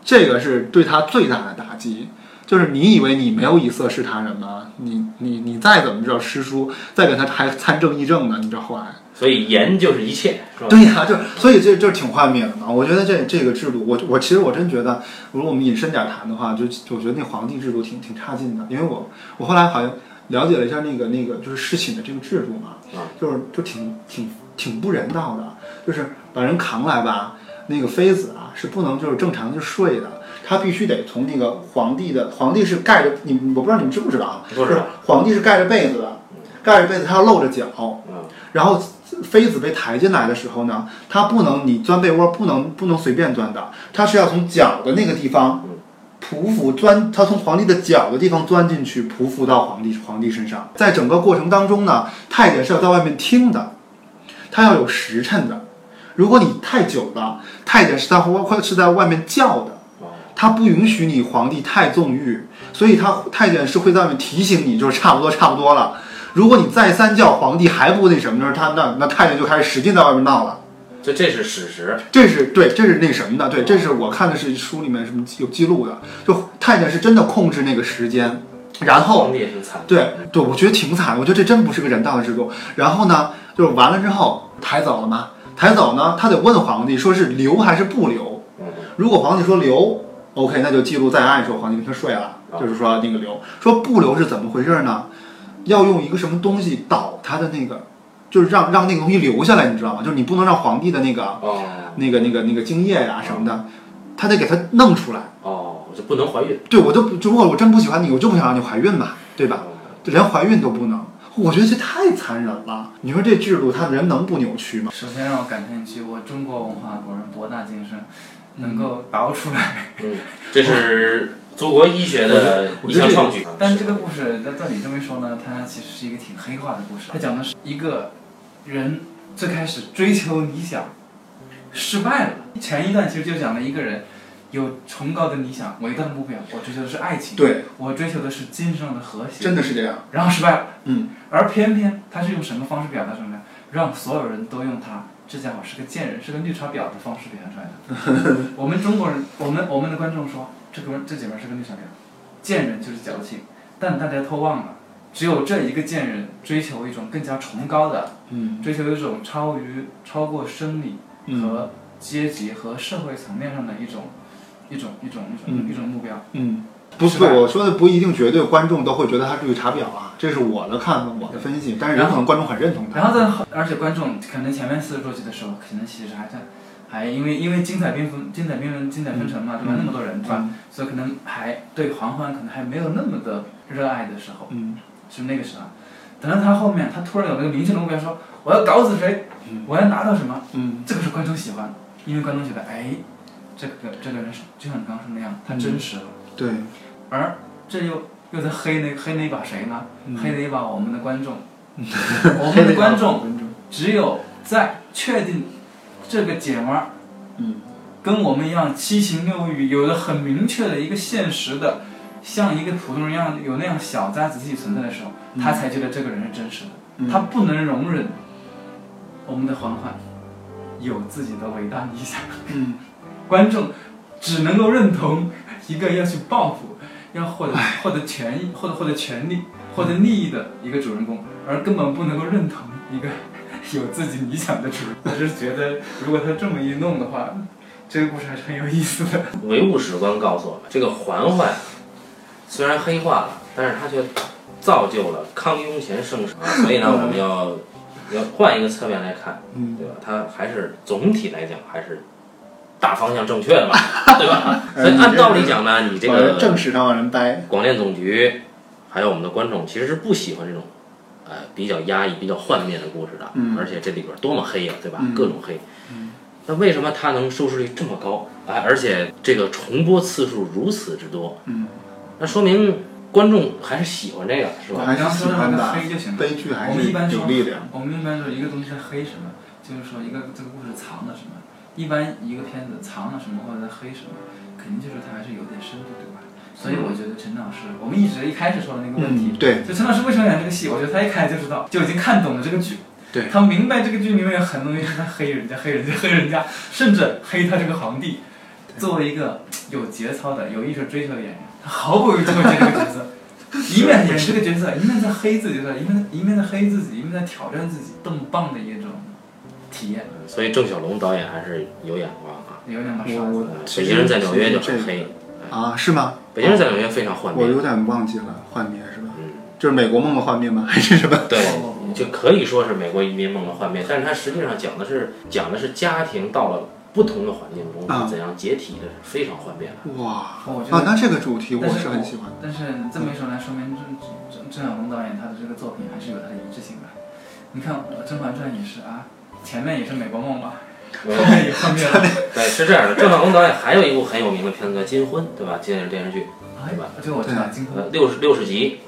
Speaker 3: 这个是对他最大的打击。就是你以为你没有以色侍他人吗？你你你再怎么知道诗书，再给他还参政议政呢？你这后来。
Speaker 1: 所以言就是一切，是吧？
Speaker 3: 对呀、就是所以这这挺幻灭的嘛。我觉得这这个制度，我我其实我真觉得，如果我们引申点谈的话，就我觉得那皇帝制度挺挺差劲的，因为我我后来好像了解了一下那个那个就是侍寝的这个制度嘛，
Speaker 1: 啊
Speaker 3: 就是就挺挺挺不人道的，就是把人扛来吧，那个妃子啊是不能就是正常就睡的。她必须得从那个皇帝的，皇帝是盖着你，我不知道你们知不知道啊？
Speaker 1: 不知道
Speaker 3: 就是皇帝是盖着被子的，盖着被子他要露着脚，
Speaker 1: 嗯，
Speaker 3: 然后妃子被抬进来的时候呢，她不能你钻被窝不能不能随便钻的，她是要从脚的那个地方
Speaker 1: 嗯
Speaker 3: 匍匐钻，他从皇帝的脚的地方钻进去，匍匐到皇帝皇帝身上。在整个过程当中呢，太监是要在外面听的，他要有时辰的。如果你太久了，太监是在外是在外面叫的，他不允许你皇帝太纵欲，所以他太监是会在外面提醒你，就是差不多差不多了。如果你再三叫皇帝还不那什么，就是他那那太监就开始使劲在外面闹了。
Speaker 1: 这这是史实，
Speaker 3: 这是对，这是那什么的，对，这是我看的是书里面什么有记录的，就太监是真的控制那个时间，然后
Speaker 1: 皇帝也挺惨的。
Speaker 3: 对对，我觉得挺惨的，我觉得这真不是个人道的制度。然后呢，就是完了之后抬走了吗？抬走呢，他得问皇帝说是留还是不留。
Speaker 1: 嗯，
Speaker 3: 如果皇帝说留，OK，那就记录在案说皇帝跟他睡了，就是说那个留。说不留是怎么回事呢？要用一个什么东西倒他的那个，就是让让那个东西留下来，你知道吗？就是你不能让皇帝的那个。
Speaker 1: 哦
Speaker 3: 那个那个那个精液呀、什么的，他得给他弄出来。
Speaker 1: 哦，我就不能怀孕。
Speaker 3: 对我就如果我真不喜欢你，我就不想让你怀孕嘛，对吧？
Speaker 1: 嗯
Speaker 3: 连怀孕都不能，我觉得这太残忍了。你说这制度，他人能不扭曲吗？
Speaker 2: 首先让我感叹一句，我中国文化果然博大精深，
Speaker 3: 嗯
Speaker 2: 能够拔出来。
Speaker 1: 嗯，这是祖国医学的一项创举。
Speaker 2: 但是这个故事，那照你这么一说呢，它其实是一个挺黑化的故事。它讲的是一个人最开始追求理想，失败了。前一段其实就讲了一个人有崇高的理想、伟大的目标，我追求的是爱情，
Speaker 3: 对，
Speaker 2: 我追求的是精神上的和谐，
Speaker 3: 真的是这样。
Speaker 2: 然后失败了。
Speaker 3: 嗯，
Speaker 2: 而偏偏他是用什么方式表达出来？让所有人都用他，这家伙是个贱人，是个绿茶婊的方式表达出来 的。我们中国人，我们我们的观众说，这哥们儿这姐们儿是个绿茶婊，贱人就是矫情，但大家都忘了，只有这一个贱人追求一种更加崇高的，
Speaker 3: 嗯
Speaker 2: 追求一种超于超过生理
Speaker 3: 嗯
Speaker 2: 和阶级和社会层面上的一种一种一种一种一种目标。
Speaker 3: 嗯，不
Speaker 2: 是
Speaker 3: 是
Speaker 2: 吧
Speaker 3: 我说的不一定绝对，观众都会觉得他是绿茶婊啊，这是我的看法，我的分析。但是有可能观众很认同他。
Speaker 2: 然后在后，而且观众可能前面四十多集的时候，可能其实还在，还因为因为精彩缤纷、精彩缤纷、精彩纷呈嘛，对吧？
Speaker 3: 嗯
Speaker 2: 那么多人，对吧？所以可能还对黄欢可能还没有那么的热爱的时候，
Speaker 3: 嗯
Speaker 2: 是那个时候。等到他后面，他突然有那个明确的目标，说我要搞死谁，
Speaker 3: 嗯
Speaker 2: 我要拿到什么，
Speaker 3: 嗯
Speaker 2: 这个是观众喜欢，因为观众觉得，哎，这个这个人是就像你刚刚说那样，他
Speaker 3: 嗯
Speaker 2: 真实了。
Speaker 3: 嗯，对，
Speaker 2: 而这又又在黑那黑那一把谁呢？
Speaker 3: 嗯
Speaker 2: 黑了一把我们的观众， 我们的观众只有在确定这个姐们儿
Speaker 3: 嗯
Speaker 2: 跟我们一样七情六欲，有了很明确的一个现实的，像一个普通人一样有那样小家子气存在的时候，
Speaker 3: 嗯
Speaker 2: 他才觉得这个人是真实的，
Speaker 3: 嗯
Speaker 2: 他不能容忍我们的嬛嬛有自己的伟大理想，
Speaker 3: 嗯
Speaker 2: 观众只能够认同一个要去报复、要获得获得权益、获得获得权利、获得利益的一个主人公，而根本不能够认同一个 有自己理想的主人公。我是觉得，如果他这么一弄的话，这个故事还是很有意思的。
Speaker 1: 唯物史观告诉我们，这个嬛嬛虽然黑化了，但是她却造就了康雍乾盛 世啊。所以呢，我们要要换一个侧面来看，
Speaker 3: 嗯
Speaker 1: 对吧？它还是总体来讲还是大方向正确的吧，对 吧？所以按道理讲呢，你这
Speaker 3: 往人
Speaker 1: 个
Speaker 3: 正史上往人掰。
Speaker 1: 广电总局还有我们的观众其实是不喜欢这种。呃，比较压抑、比较幻灭的故事的，
Speaker 3: 嗯
Speaker 1: 而且这里边多么黑呀、对吧？
Speaker 3: 嗯
Speaker 1: 各种黑，
Speaker 3: 嗯
Speaker 1: 那为什么它能收视率这么高？哎，而且这个重播次数如此之多，
Speaker 3: 嗯，
Speaker 1: 那说明观众还是喜欢这个，是吧？
Speaker 3: 还是喜欢
Speaker 2: 然后
Speaker 3: 的
Speaker 2: 黑就行了。
Speaker 3: 悲剧还
Speaker 2: 我们
Speaker 3: 是
Speaker 2: 一般
Speaker 3: 有
Speaker 2: 说
Speaker 3: 力量。
Speaker 2: 我们一般说一个东西在黑什么，就是说一个这个故事藏了什么。一般一个片子藏了什么或者在黑什么，肯定就是它还是有点深度，对吧？所以我觉得陈老师，我们一直一开始说的那个问题，
Speaker 3: 嗯，对
Speaker 2: 就陈老师为什么演这个戏？我觉得他一开始就知道，就已经看懂了这个剧。
Speaker 3: 对
Speaker 2: 他明白这个剧里面有很多东西是在黑人家、黑人家、黑人家，甚至黑他这个皇帝。作为一个有节操的、有艺术追求的演员，他毫不犹豫地会接这个角色，一面演这个角色，一面在黑自己的，一面一面在黑自己，一面在挑战自己，这么棒的一种体验。
Speaker 1: 所以郑晓龙导演还是有眼光啊。
Speaker 2: 有两把刷
Speaker 3: 我
Speaker 2: 子，
Speaker 1: 呃
Speaker 3: 其
Speaker 1: 北
Speaker 3: 实
Speaker 1: 京人在纽约就很
Speaker 3: 这
Speaker 1: 黑，
Speaker 3: 啊，是吗？
Speaker 1: 北京人在纽约非常幻
Speaker 3: 我
Speaker 1: 灭。
Speaker 3: 有点忘记了，幻灭是吧？
Speaker 1: 嗯，
Speaker 3: 就是美国梦的幻灭吗？ 还是什么？
Speaker 1: 对，
Speaker 2: 不不不
Speaker 1: 就可以说是美国移民梦的幻灭，但是它实际上讲的是讲的是家庭到了不同的环境中
Speaker 3: 啊
Speaker 1: 怎样解体的，是非常幻变的。
Speaker 3: 哇
Speaker 2: 我觉得
Speaker 3: 啊，那这个主题我
Speaker 2: 但是
Speaker 3: 是很喜欢。
Speaker 2: 但是这么一说来，说明郑郑郑晓龙导演他的这个作品还是有他的一致性的。你看《甄嬛传》也是啊，前面也是美国梦嘛，
Speaker 1: 嗯
Speaker 2: 也幻灭了。
Speaker 1: 对，是这样的。郑晓龙导演还有一部很有名的片子叫《金婚》，对吧？接着电视剧，
Speaker 2: 哎，对，我知道，金
Speaker 1: 呃，六十六十集，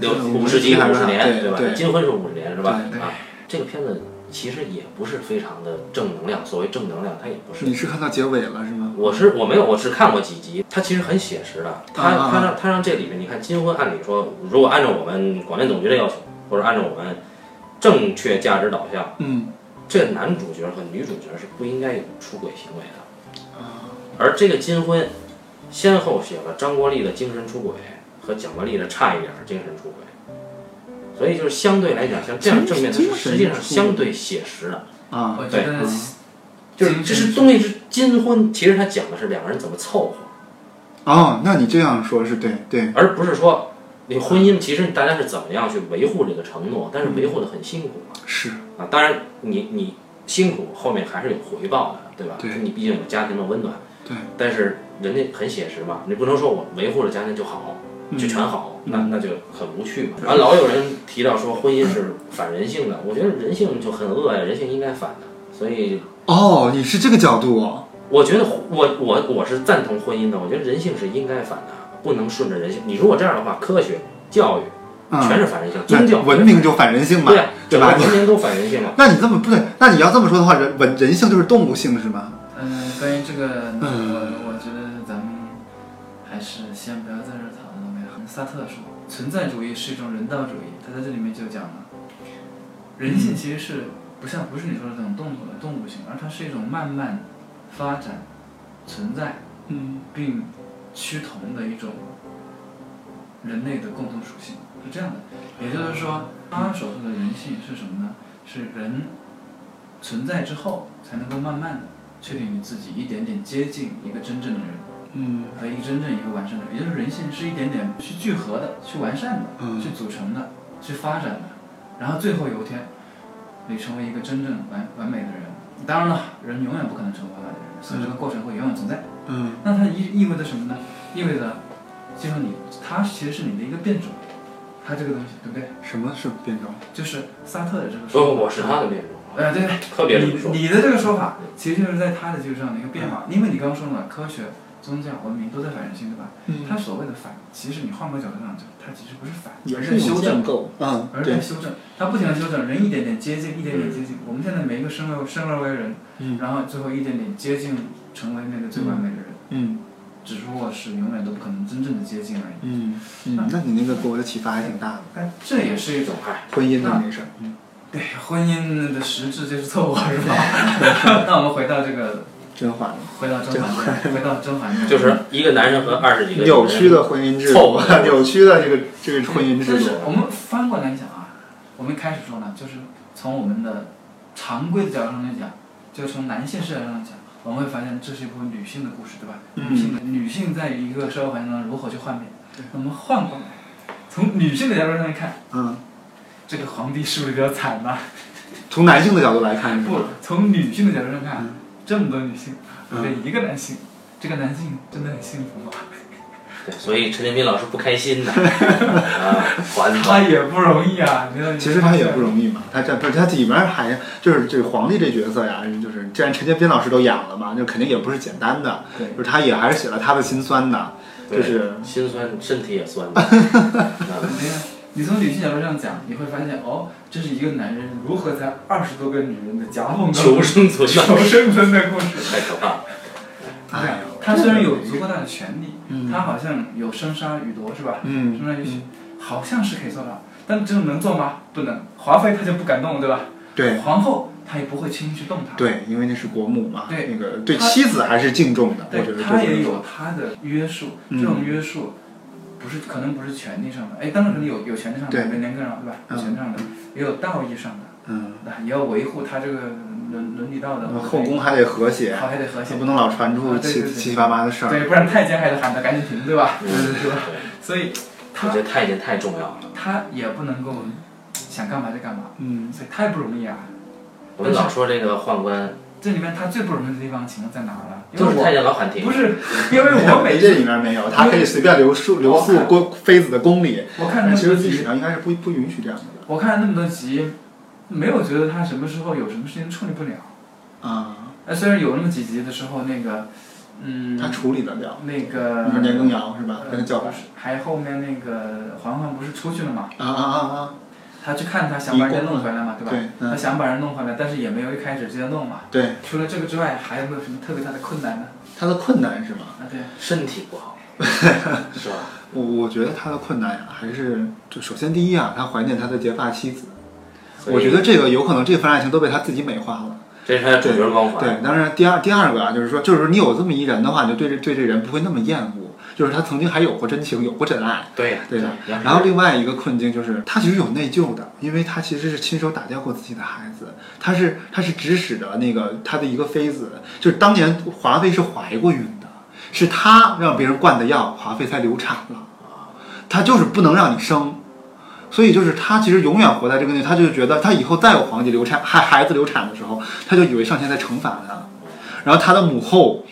Speaker 1: 六
Speaker 3: 对
Speaker 1: 五十集，
Speaker 3: 还
Speaker 1: 五
Speaker 3: 是
Speaker 1: 十年，
Speaker 3: 对
Speaker 1: 吧？
Speaker 3: 对
Speaker 1: 金婚是五十年，是吧？
Speaker 2: 对
Speaker 1: 啊，这个片子其实也不是非常的正能量，所谓正能量，它也不是。
Speaker 3: 你是看到结尾了是吗？
Speaker 1: 我是我没有，我只看过几集，它其实很写实的。它
Speaker 3: 啊啊
Speaker 1: 它让它让这里面，你看金婚，按理说，如果按照我们广电总局的要求，或者按照我们正确价值导向，
Speaker 3: 嗯，
Speaker 1: 这个男主角和女主角是不应该有出轨行为的。
Speaker 3: 啊，
Speaker 1: 而这个金婚，先后写了张国立的精神出轨和蒋雯丽的差一点儿精神出轨，所以就是相对来讲，像这样正面，它
Speaker 3: 精
Speaker 1: 是
Speaker 3: 神
Speaker 1: 实际上
Speaker 3: 出轨
Speaker 1: 相对写实的。
Speaker 3: 啊，
Speaker 2: 我觉得嗯
Speaker 3: 对
Speaker 1: 就是这是东西是金婚，其实它讲的是两个人怎么凑合，
Speaker 3: 哦，那你这样说是对对，
Speaker 1: 而不是说你婚姻其实大家是怎么样去维护这个承诺，但是维护的很辛苦嘛。
Speaker 3: 是
Speaker 1: 啊，当然你你辛苦后面还是有回报的，对吧？
Speaker 3: 对
Speaker 1: 你毕竟有家庭的温暖。
Speaker 3: 对，
Speaker 1: 但是人家很写实嘛，你不能说我维护了家庭就好，就全好，
Speaker 3: 嗯
Speaker 1: 那那就很无趣嘛。啊，老有人提到说婚姻是反人性的，我觉得人性就很恶呀，人性应该反的。所以
Speaker 3: 哦，你是这个角度哦，
Speaker 1: 我觉得我我我是赞同婚姻的，我觉得人性是应该反的，不能顺着人性。你如果这样的话，科学、教育全
Speaker 3: 嗯，
Speaker 1: 是反人性，宗
Speaker 3: 那
Speaker 1: 教
Speaker 3: 文明就反人性嘛
Speaker 1: 对，啊，
Speaker 3: 对
Speaker 1: 整
Speaker 3: 吧
Speaker 1: 个文明都反人性嘛。
Speaker 3: 那你这么不对，那你要这么说的话，人文人性就是动物性是吗？
Speaker 2: 嗯，关于这个，那
Speaker 3: 嗯
Speaker 2: 我我觉得咱们还是先不要在这儿讨论了。萨特说，存在主义是一种人道主义，他在这里面就讲了，人性其实是不像不是你说的那种动作的动物性，而它是一种慢慢发展、存在
Speaker 3: 嗯
Speaker 2: 并趋同的一种人类的共同属性，是这样的。也就是说，他所说的人性是什么呢？是人存在之后才能够慢慢的确定你自己，一点点接近一个真正的人
Speaker 3: 嗯
Speaker 2: 和一个真正一个完善的人。也就是人性是一点点去聚合的、去完善的、
Speaker 3: 嗯
Speaker 2: 去组成的、去发展的，然后最后有一天，你成为一个真正完完美的人。当然了，人永远不可能成为完美的人，所以这个过程会永远存在。
Speaker 3: 嗯
Speaker 2: 那它意意味着什么呢？意味着，就是你，它其实是你的一个变种，它这个东西，对不对？
Speaker 3: 什么是变种？
Speaker 2: 就是萨特的这个
Speaker 1: 不
Speaker 2: 说
Speaker 1: 不
Speaker 2: 法。
Speaker 1: 不，是他的变种，
Speaker 2: 呃，对
Speaker 1: 特别这
Speaker 2: 对，
Speaker 1: 么
Speaker 2: 你
Speaker 1: 说。
Speaker 2: 你的这个说法，其实就是在它的基础上的一个变化，因为你刚刚说了科学、宗教、文明都在反人性，对吧？它所谓的反，其实你换个角度上讲，它其实不是反，而是修正，嗯
Speaker 3: 构，嗯，
Speaker 2: 而是在
Speaker 3: 对，
Speaker 2: 修正，它不停的修正，人一点点接近，一点点接近。我们现在每一个生而生而为人，
Speaker 3: 嗯
Speaker 2: 然后最后一点点接近成为那个最完美的人。
Speaker 3: 嗯
Speaker 2: 只不过是永远都不可能真正的接近而已。
Speaker 3: 嗯嗯，那你那个给我的启发还挺大的，
Speaker 2: 但这也是一种
Speaker 1: 哎
Speaker 2: 爱。
Speaker 3: 婚姻的那事儿，嗯
Speaker 2: 对，婚姻的实质就是凑合，是吧？ 那我们回到这个，
Speaker 3: 真话，
Speaker 2: 回到甄嬛传，回到甄嬛传，
Speaker 1: 就是一个男人和二十几个女人
Speaker 3: 扭曲的婚姻制
Speaker 1: 凑
Speaker 3: 度
Speaker 1: 合，
Speaker 3: 扭曲的这个这个婚姻
Speaker 2: 但
Speaker 3: 制
Speaker 2: 是我
Speaker 3: 度，
Speaker 2: 们翻过来讲啊，我们开始说呢，就是从我们的常规的角度上来讲，就从男性视角上来讲，我们会发现这是一部女性的故事，对吧？女性的
Speaker 3: 嗯
Speaker 2: 女性在一个社会环境中如何去幻变？我们换过来，从女性的角度上来看，
Speaker 3: 嗯，
Speaker 2: 这个皇帝是不是比较惨呢、
Speaker 3: 从男性的角度来看是
Speaker 2: 不
Speaker 3: 吧？，
Speaker 2: 从女性的角度上看
Speaker 3: 嗯，
Speaker 2: 这么多女性，
Speaker 3: 嗯
Speaker 2: 对一个男性，这个男性真的很幸福吗？
Speaker 1: 对，所以陈建斌老师不开心 呐，啊，还
Speaker 2: 他
Speaker 1: 吧。
Speaker 2: 也不容易啊，你知道？
Speaker 3: 嗯其实他也不容易嘛，他这不是他里面还就是这个皇帝这角色呀，就是既然陈建斌老师都演了嘛，就肯定也不是简单的，
Speaker 2: 对
Speaker 3: 就是他也还是写了他的辛酸的，就是
Speaker 1: 对心酸，身体也酸的。 啊
Speaker 2: 你看，你从女性角度上讲，你会发现哦，这是一个男人如何在二十多个女人的夹缝中
Speaker 1: 求生存
Speaker 2: 求
Speaker 1: 呐，
Speaker 2: 生存的故事。
Speaker 1: 太可怕了。
Speaker 3: 啊哎呦
Speaker 2: 他虽然有足够大的权利，
Speaker 3: 嗯
Speaker 2: 他好像有生杀予夺，是吧？
Speaker 3: 嗯
Speaker 2: 生杀予取，好像是可以做到，但真的能做吗？不能。华妃她就不敢动，对吧？
Speaker 3: 对
Speaker 2: 皇后她也不会轻易去动她。
Speaker 3: 对，因为那是国母嘛，
Speaker 2: 对
Speaker 3: 那个对
Speaker 2: 他
Speaker 3: 妻子还是敬重的，我觉
Speaker 2: 对，
Speaker 3: 得
Speaker 2: 他
Speaker 3: 这
Speaker 2: 也
Speaker 3: 个
Speaker 2: 有他的约束，
Speaker 3: 嗯
Speaker 2: 这种约束不是可能不是权利上的，哎，当然可能有有权利上的，
Speaker 3: 对
Speaker 2: 人人更上对吧？有
Speaker 3: 嗯
Speaker 2: 权利上的，也有道义上的，
Speaker 3: 嗯，
Speaker 2: 那也要维护他这个伦伦理道德，
Speaker 3: 后宫还得和谐，
Speaker 2: 好还得和谐
Speaker 3: 也，不能老传出
Speaker 2: 啊对
Speaker 3: 七
Speaker 2: 对对
Speaker 3: 七七八八的事儿。
Speaker 2: 对，不然太监还得喊他赶紧停，对吧？
Speaker 1: 嗯
Speaker 2: 对吧？
Speaker 1: 对，
Speaker 2: 所以
Speaker 1: 我
Speaker 2: 他
Speaker 1: 觉得太监太重要了。
Speaker 2: 他也不能够想干嘛就干嘛，
Speaker 3: 嗯，
Speaker 2: 所以太不容易啊。
Speaker 1: 我们老说这个宦官
Speaker 2: 这里面他最不容易的地方，请问在哪儿了？因
Speaker 1: 都
Speaker 2: 为
Speaker 1: 是太
Speaker 2: 我
Speaker 1: 监老喊停
Speaker 2: 不。是，因为我 每
Speaker 3: 没
Speaker 2: 次
Speaker 3: 这里面没有，他可以随便流诉流诉宫妃子的宫里，
Speaker 2: 我看
Speaker 3: 但
Speaker 2: 那
Speaker 3: 哎其实
Speaker 2: 个
Speaker 3: 历史上应该是不不允许这样的
Speaker 2: 我看了那么多集，没有觉得他什么时候有什么事情处理不了，
Speaker 3: 啊。
Speaker 2: 哎，虽然有那么几集的时候，那个，嗯，
Speaker 3: 他处理得了。
Speaker 2: 那个
Speaker 3: 你说年羹尧
Speaker 2: 呃
Speaker 3: 是吧？跟他叫
Speaker 2: 不是还后面那个嬛嬛不是出去了嘛？
Speaker 3: 啊啊啊啊！
Speaker 2: 他去看他，想把人家弄回来嘛，对吧？
Speaker 3: 对，
Speaker 2: 他
Speaker 3: 嗯，
Speaker 2: 想把人弄回来，但是也没有一开始就接弄嘛。
Speaker 3: 啊对，
Speaker 2: 除了这个之外，还有没有什么特别大的困难呢？
Speaker 3: 他的困难是吗？
Speaker 2: 啊，对，
Speaker 1: 身体不 好，是吧？
Speaker 3: 我我觉得他的困难呀、还是就首先第一啊，他怀念他的结发妻子。
Speaker 1: 所以
Speaker 3: 我觉得这个有可能这份爱情都被他自己美化了。
Speaker 1: 这是他的主角光环。
Speaker 3: 对，当然第二第二个啊，就是说，就是说你有这么一人的话，你就对这对这人不会那么厌恶，就是他曾经还有过真情，有过真爱。
Speaker 1: 对呀，
Speaker 3: 对的
Speaker 1: 呀。杨
Speaker 3: 然后另外一个困境就是，他其实有内疚的，因为他其实是亲手打掉过自己的孩子，他是他是指使的那个他的一个妃子，就是当年华妃是怀过孕的，是他让别人灌的药，华妃才流产了，他就是不能让你生。所以就是他其实永远活在这个内，他就觉得他以后再有皇帝流产，孩孩子流产的时候，他就以为上天在惩罚他。然后他的母后，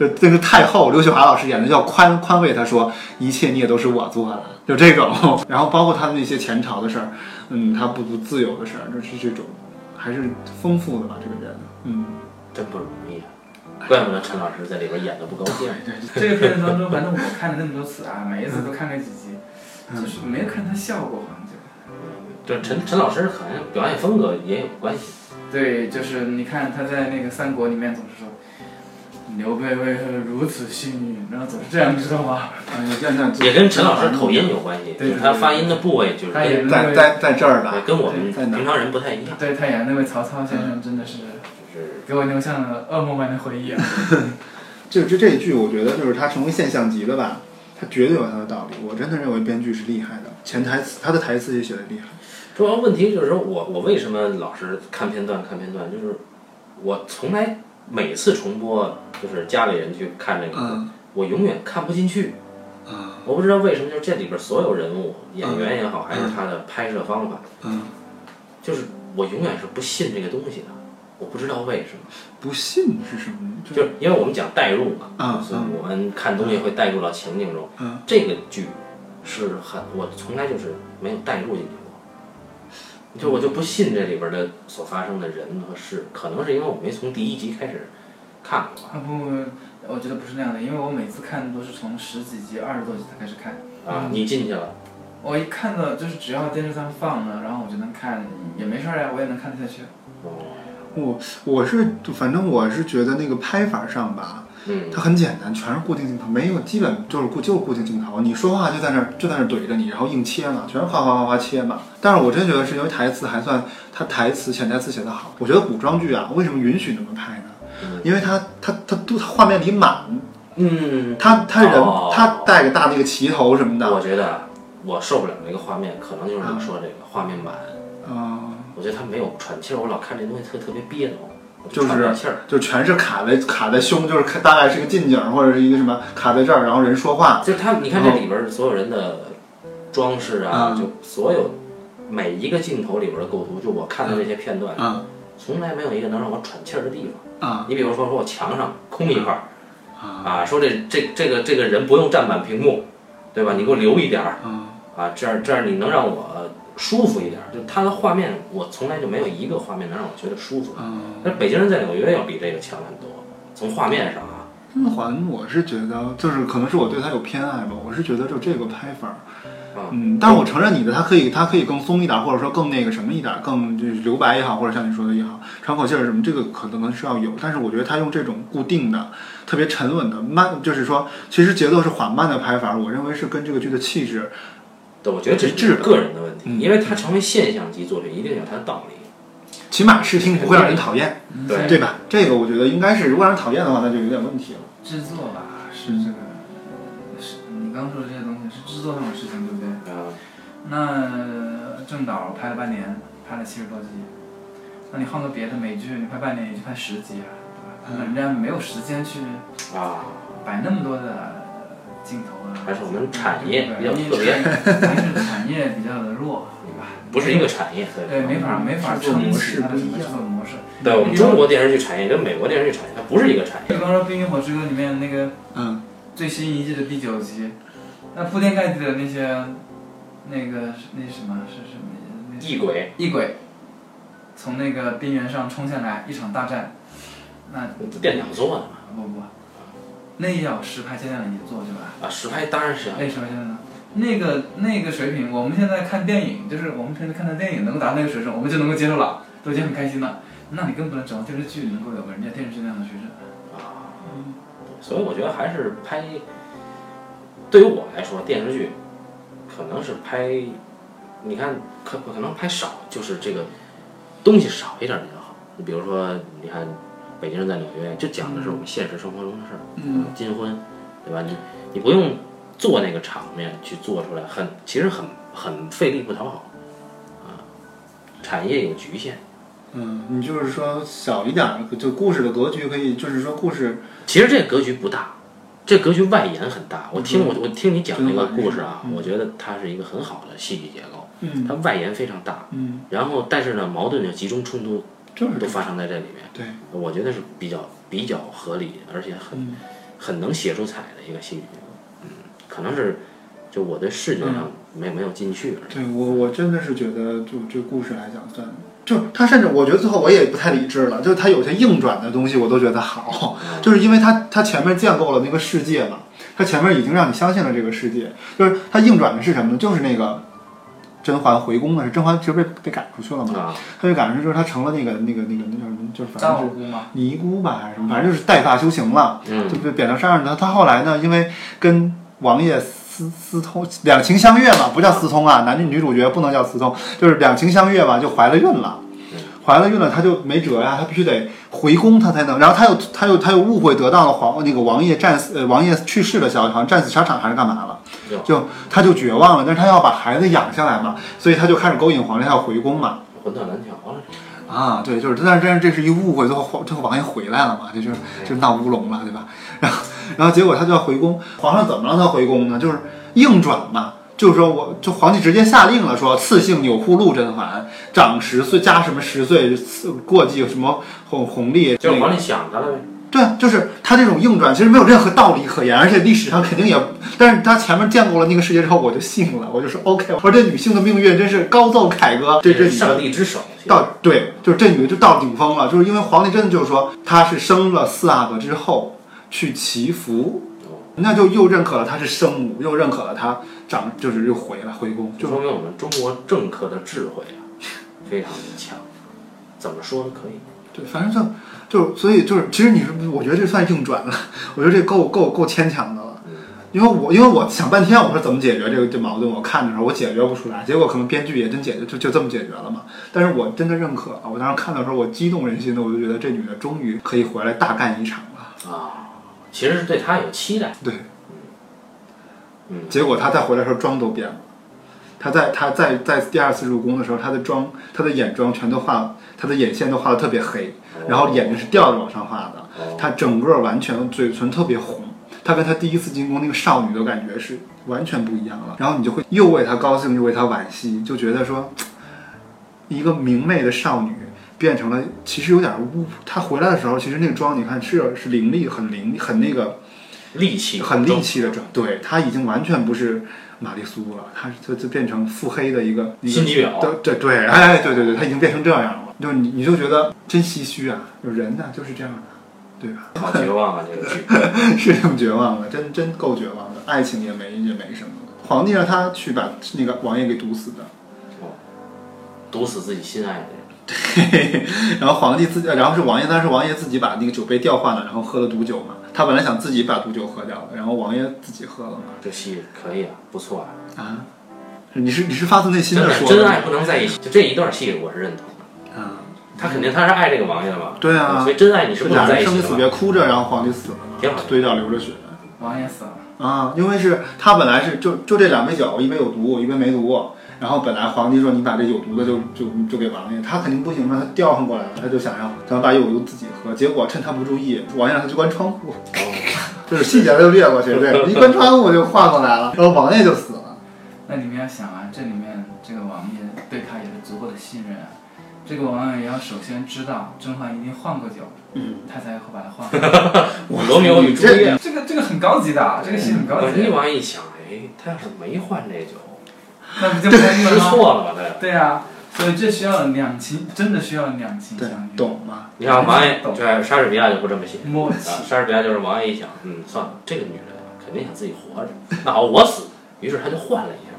Speaker 3: 就那个太后刘雪华老师演的，叫宽宽慰他说：“一切你也都是我做的，就这种。 然后包括他的那些前朝的事儿，嗯，他不不自由的事儿，就是这种，还是丰富的吧，这个人，嗯，
Speaker 1: 真不容易啊，怪不得陈老师在里边演的不高兴。
Speaker 2: 这个片子当中，反正我看了那么多次啊，每一次都看了几集，就是没有看他笑过，好像就。
Speaker 1: 这陈陈老师好像表演风格也有关系。
Speaker 2: 对，就是你看他在那个三国里面总是说，刘备为何如此幸运，然后总是这样，你知道吗？
Speaker 3: 哎
Speaker 1: 也跟陈老师口音有关系，
Speaker 2: 对
Speaker 1: 就是他发音的部位就是
Speaker 2: 他演
Speaker 1: 跟
Speaker 2: 的那
Speaker 3: 在
Speaker 2: 位，
Speaker 3: 在在这儿吧
Speaker 1: 对，跟我们
Speaker 3: 在哪
Speaker 1: 平常人不太一样，
Speaker 2: 对他演的那位曹操先生真的是
Speaker 1: 就是
Speaker 2: 给我留下了噩梦般的回忆啊！
Speaker 3: 就就这一句，我觉得就是他成为现象级了吧，他绝对有他的道理，我真的认为编剧是厉害的，潜台词他的台词也写的厉害，
Speaker 1: 主要问题就是说我我为什么老是看片段看片段，就是我从来每次重播就是家里人去看这个，
Speaker 3: 嗯
Speaker 1: 我永远看不进去，
Speaker 3: 嗯
Speaker 1: 我不知道为什么，就是这里边所有人物演员也好，
Speaker 3: 嗯
Speaker 1: 还是他的拍摄方法，
Speaker 3: 嗯，
Speaker 1: 就是我永远是不信这个东西的，我不知道为什么。
Speaker 3: 不信是什么？就
Speaker 1: 就是因为我们讲代入嘛，
Speaker 3: 嗯
Speaker 1: 所以我们看东西会代入到情境中。
Speaker 3: 嗯
Speaker 1: 这个剧是很，我从来就是没有代入进去过，就我就不信这里边的所发生的人和事，可能是因为我没从第一集开始看过吧。
Speaker 2: 啊 不，我觉得不是那样的，因为我每次看都是从十几集、二十多集才开始看，
Speaker 3: 嗯
Speaker 1: 啊，你进去了，
Speaker 2: 我一看到就是只要电视上放了，然后我就能看，也没事儿呀，啊我也能看得下去。
Speaker 1: 哦，
Speaker 3: 我我是反正我是觉得那个拍法上吧，
Speaker 1: 嗯，
Speaker 3: 它很简单，全是固定镜头，没有基本就是固就是固定镜头。你说话就在那儿就在那儿怼着你，然后硬切嘛，全是哗哗哗哗切嘛。但是我真觉得是因为台词还算，它台词潜台词写得好。我觉得古装剧啊，为什么允许那么拍呢？
Speaker 1: 嗯
Speaker 3: 因为它它它都它画面里满，
Speaker 1: 嗯，
Speaker 3: 它它人
Speaker 1: 哦
Speaker 3: 它带个大那个旗头什么的，
Speaker 1: 我觉得啊我受不了这个画面，可能就是你说这个画面满，
Speaker 3: 嗯、
Speaker 1: 我觉得他没有喘气儿，我老看这东西特特别憋得慌，我
Speaker 3: 就是
Speaker 1: 喘不了气儿。
Speaker 3: 就全是卡在卡在胸，就是卡大概是个近景或者是一个什么卡在这儿，然后人说话，
Speaker 1: 就是他，你看这里边儿所有人的装饰啊，
Speaker 3: 嗯
Speaker 1: 就所有每一个镜头里边儿的构图，就我看到这些片段，
Speaker 3: 嗯
Speaker 1: 从来没有一个能让我喘气儿的地方。
Speaker 3: 啊
Speaker 1: 你比如说，说我墙上空一块儿
Speaker 3: 啊
Speaker 1: 啊，说这这这个这个人不用占满屏幕，对吧？你给我留一点儿
Speaker 3: 啊
Speaker 1: 啊，这样这样你能让我舒服一点儿。就他的画面，我从来就没有一个画面能让我觉得舒服。
Speaker 3: 啊！
Speaker 1: 但是北京人在纽约要比这个强很多，从画面上啊，
Speaker 3: 甄嬛，我是觉得就是可能是我对她有偏爱吧，我是觉得就这个拍法儿
Speaker 1: 啊，
Speaker 3: 嗯，但是我承认你的，它可以它可以更松一点，或者说更那个什么一点，更就是留白也好，或者像你说的也好，喘口气儿什么，这个可能是要有，但是我觉得他用这种固定的、特别沉稳的慢，就是说其实节奏是缓慢的拍法，我认为是跟这个剧的气质，
Speaker 1: 对，我觉得这
Speaker 3: 一致
Speaker 1: 是
Speaker 3: 的
Speaker 1: 个人的问题，
Speaker 3: 嗯
Speaker 1: 因为它成为现象级作品，一定有它的道理。
Speaker 3: 起码视听不会让人讨厌，
Speaker 2: 嗯
Speaker 1: 对
Speaker 3: 对吧？这个我觉得应该是，如果让人讨厌的话，那就有点问题了。
Speaker 2: 制作吧，是这个，是你刚说的这些东西是制作上的事情，对不对？
Speaker 1: 啊，
Speaker 2: 那正导拍了半年，拍了七十多集，那你换个别的美剧，你拍半年也就拍十集啊，对吧？
Speaker 1: 嗯
Speaker 2: 那人家没有时间去
Speaker 1: 啊，
Speaker 2: 摆那么多的呃镜头啊。
Speaker 1: 还是我们产业比较
Speaker 2: 对
Speaker 1: 特别，
Speaker 2: 还是产业比较的弱，对吧？
Speaker 1: 不是一个产业，对。
Speaker 2: 对，没法没法撑起它的整个制作模式。
Speaker 1: 对我们中国电视剧产业跟美国电视剧产业，它不是一个产
Speaker 2: 比
Speaker 1: 业。
Speaker 2: 方说《冰与火之歌》里面那个
Speaker 3: 嗯，
Speaker 2: 最新一季的第九集，那铺天盖地的那些，那个那什么是什么？那
Speaker 1: 异鬼，
Speaker 2: 异鬼从那个边缘上冲下来，一场大战，那
Speaker 1: 变两做的嘛
Speaker 2: 不不，那要实拍加量已经做对吧？
Speaker 1: 啊，实拍当然是要
Speaker 2: 哎，实拍加量呢那个那个水平，我们现在看电影，就是我们平时看的电影能够达到那个水准，我们就能够接受了，都已经很开心了。那你更不能指望电视剧能够有人家电视剧那样的水准。
Speaker 1: 啊，所以我觉得还是拍，对于我来说，电视剧可能是拍，你看可可能拍少，就是这个东西少一点比较好。你比如说，你看《北京人在纽约》，就讲的是我们现实生活中的事儿，
Speaker 2: 嗯，
Speaker 1: 金婚，对吧？你你不用做那个场面去做出来，很其实很很费力不讨好，啊，产业有局限。
Speaker 3: 嗯，你就是说小一点儿，就故事的格局可以，就是说故事
Speaker 1: 其实这个格局不大，这格局外延很大。我听我我听你讲这个故事啊，
Speaker 3: 嗯
Speaker 1: 我觉得它是一个很好的戏剧结构，
Speaker 3: 嗯
Speaker 1: 它外延非常大。
Speaker 3: 嗯，
Speaker 1: 然后但是呢，矛盾就集中冲突
Speaker 3: 就是
Speaker 1: 都发生在这里面，
Speaker 3: 对，
Speaker 1: 我觉得是比较比较合理，而且很
Speaker 3: 嗯
Speaker 1: 很能写出彩的一个戏剧结构。嗯，可能是就我对视觉上没有没有进去而已。
Speaker 3: 对我我真的是觉得就这故事来讲算，就是他甚至我觉得最后我也不太理智了，就是他有些硬转的东西我都觉得好， 就是因为他他前面建构了那个世界嘛，他前面已经让你相信了这个世界，就是他硬转的是什么呢？就是那个甄嬛回宫的是甄嬛其实被被赶出去了嘛，
Speaker 1: 啊，
Speaker 3: 他被赶出去就是他成了那个那个那个那叫什么，就是反
Speaker 2: 藏
Speaker 3: 正
Speaker 2: 武
Speaker 3: 是
Speaker 2: 姑嘛，
Speaker 3: 尼姑吧还是什么，反正就是带发修行了。
Speaker 1: 嗯
Speaker 3: 就被贬到山上呢。他后来呢，因为跟王爷私私通，两情相悦嘛，不叫私通
Speaker 1: 嗯
Speaker 3: 啊，男女女主角不能叫私通，就是两情相悦吧，就怀了孕了
Speaker 1: 嗯。
Speaker 3: 怀了孕了，他就没辙呀、他必须得回宫，他才能。然后他又他又他又误会得到了皇那个王爷战死，呃，王爷去世的消息，好像战死沙场还是干嘛了
Speaker 1: 哟，
Speaker 3: 就他就绝望了。但是他要把孩子养下来嘛，所以他就开始勾引皇上要回宫嘛。
Speaker 1: 魂断蓝桥了。
Speaker 3: 啊，对，就是，但是但是这是一误会，最后皇最后王爷回来了嘛，这就是就闹乌龙了，对吧？然后然后结果他就要回宫，皇上怎么让他回宫呢？就是硬转嘛，就是说我就皇帝直接下令了说，赐姓钮祜禄甄嬛，长十岁加什么十岁，赐过继什么红红历，
Speaker 1: 就是
Speaker 3: 那个
Speaker 1: 往里想他了呗。
Speaker 3: 对，就是他这种硬转，其实没有任何道理可言，而且历史上肯定也，但是他前面见过了那个世界之后，我就信了，我就说 OK，我说这女性的命运真是高奏凯歌，这
Speaker 1: 是
Speaker 3: 这女的
Speaker 1: 上帝之手。其实
Speaker 3: 到对，就是这女的就到顶峰了，就是因为皇帝真的就是说她是生了四阿哥之后去祈福，那就又认可了她是生母，又认可了她长，就是又回来回宫，
Speaker 1: 就
Speaker 3: 就
Speaker 1: 说明我们中国政客的智慧啊，非常强。怎么说都可以。
Speaker 3: 对，反正就就所以就是，其实你是我觉得这算硬转了，我觉得这够够够牵强的了。因为我因为我想半天，我说怎么解决这个这矛盾，我看的时候我解决不出来，结果可能编剧也真解决就就这么解决了嘛。但是我真的认可了，我当时看的时候我激动人心的，我就觉得这女的终于可以回来大干一场了。
Speaker 1: 啊，其实是对他有期待。
Speaker 3: 对，
Speaker 1: 嗯，
Speaker 3: 结果他再回来的时候妆都变了，他在他在在第二次入宫的时候，他的妆他的眼妆全都画，他的眼线都画的特别黑，然后眼睛是吊着往上画的，
Speaker 1: 哦
Speaker 3: 他整个完全嘴唇特别红。他跟他第一次进宫那个少女的感觉是完全不一样了，然后你就会又为她高兴，又为她惋惜，就觉得说，嗯一个明媚的少女变成了，其实有点污。她回来的时候，其实那个妆你看是是凌厉，很凌厉，很那个
Speaker 1: 力气
Speaker 3: 很
Speaker 1: 力
Speaker 3: 力气的转，对他已经完全不是玛丽苏了，他就就变成腹黑的一个一
Speaker 1: 心
Speaker 3: 个，
Speaker 1: 机婊。
Speaker 3: 对对对，哎对对对，他已经变成这样了，就你你就觉得真唏嘘啊，就人呐、就是这样的、对吧？
Speaker 1: 好绝望啊！这个剧，
Speaker 3: 是挺绝望的，真真够绝望的，爱情也没也没什么了。皇帝让他去把那个王爷给毒死的，
Speaker 1: 毒死自己心爱的人，
Speaker 3: 然后皇帝自己，呃然后是王爷，当时王爷自己把那个酒杯调换了，然后喝了毒酒嘛。他本来想自己把毒酒喝掉的，然后王爷自己喝了嘛。
Speaker 1: 这戏可以啊，不错啊。
Speaker 3: 啊，你是你是发自内心
Speaker 1: 真
Speaker 3: 的
Speaker 1: 的，
Speaker 3: 说
Speaker 1: 真
Speaker 3: 吗
Speaker 1: 爱不能在一起。就这一段戏，我是认同的。
Speaker 3: 啊。
Speaker 1: 他肯定他是爱这个王爷的嘛。
Speaker 3: 对啊
Speaker 1: 所以真爱你是
Speaker 3: 就
Speaker 1: 不
Speaker 3: 俩
Speaker 1: 能在
Speaker 3: 人
Speaker 1: 一
Speaker 3: 生离
Speaker 1: 起
Speaker 3: 死
Speaker 1: 的嘛。
Speaker 3: 别哭着，然后皇帝死了
Speaker 1: 挺
Speaker 3: 嘛
Speaker 1: 好，
Speaker 3: 堆掉流着血
Speaker 2: 王爷死了，
Speaker 3: 啊！因为是他本来是就就这两杯酒，一杯有毒，一杯没毒。然后本来皇帝说你把这有毒的就就就给王爷，他肯定不行嘛，他调换过来了，他就想要想把有毒自己喝，结果趁他不注意，王爷让他去关窗
Speaker 1: 哦
Speaker 3: 户，就是细节他就略过去，对，一关窗户就换过来了，然后王爷就死了。
Speaker 2: 那你们要想啊，这里面这个王爷对他也是足够的信任啊。这个王爷也要首先知道甄嬛一定换过酒，
Speaker 3: 嗯，
Speaker 2: 他才会把他换回来。
Speaker 1: 哦，罗密欧与朱丽叶。
Speaker 2: 这个这个很高级的啊，这个戏很高
Speaker 1: 我一
Speaker 2: 级，
Speaker 1: 王一想，哎，他要是没换这酒，
Speaker 2: 那不就不太硬
Speaker 1: 吃
Speaker 2: 了吗？
Speaker 1: 错了吧？
Speaker 2: 对啊，所以这需要两情，真的需要两情
Speaker 3: 对
Speaker 2: 相，悦。
Speaker 3: 懂吗？
Speaker 1: 你看王爷
Speaker 2: 懂
Speaker 1: 这莎士比亚就不这么写
Speaker 2: 默
Speaker 1: 啊，
Speaker 2: 契，
Speaker 1: 莎士比亚就是王爷一想，嗯，算了，这个女人肯定想自己活着，那好，我死，于是他就换了一下，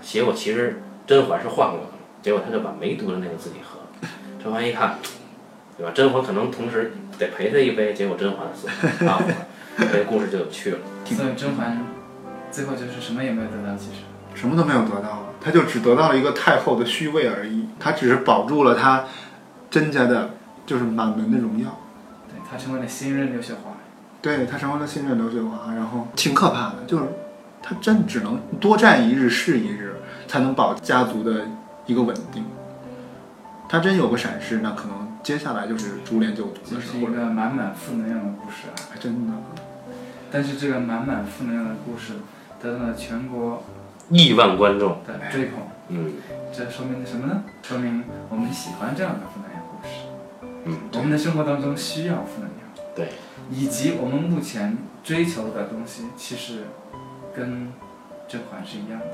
Speaker 1: 结果其实甄嬛是换过的，结果他就把梅毒的那个自己喝了，甄嬛一看，对吧？甄嬛可能同时得陪他一杯，结果甄嬛死了，啊，这故事就有趣了。
Speaker 2: 所以甄嬛最后就是什么也没有得到，其实。
Speaker 3: 什么都没有得到啊，他就只得到了一个太后的虚位而已，他只是保住了他甄家的，就是满门的荣耀。
Speaker 2: 对她成为了新任刘雪华，
Speaker 3: 对他成为了新任刘雪华，然后挺可怕的，就是他真只能多战一日是一日，才能保家族的一个稳定。他真有个闪失，那可能接下来就是株连九族
Speaker 2: 这
Speaker 3: 的时
Speaker 2: 是一
Speaker 3: 候了。
Speaker 2: 个满满负能量的故事啊！
Speaker 3: 还真的，
Speaker 2: 但是这个满满负能量的故事得到了全国
Speaker 1: 亿万观众，
Speaker 2: 的追捧，
Speaker 1: 嗯
Speaker 2: 这说明什么呢？说明我们喜欢这样的负能量故事，
Speaker 1: 嗯，
Speaker 2: 我们的生活当中需要负能量，
Speaker 1: 对，
Speaker 2: 以及我们目前追求的东西，其实跟甄嬛是一样的。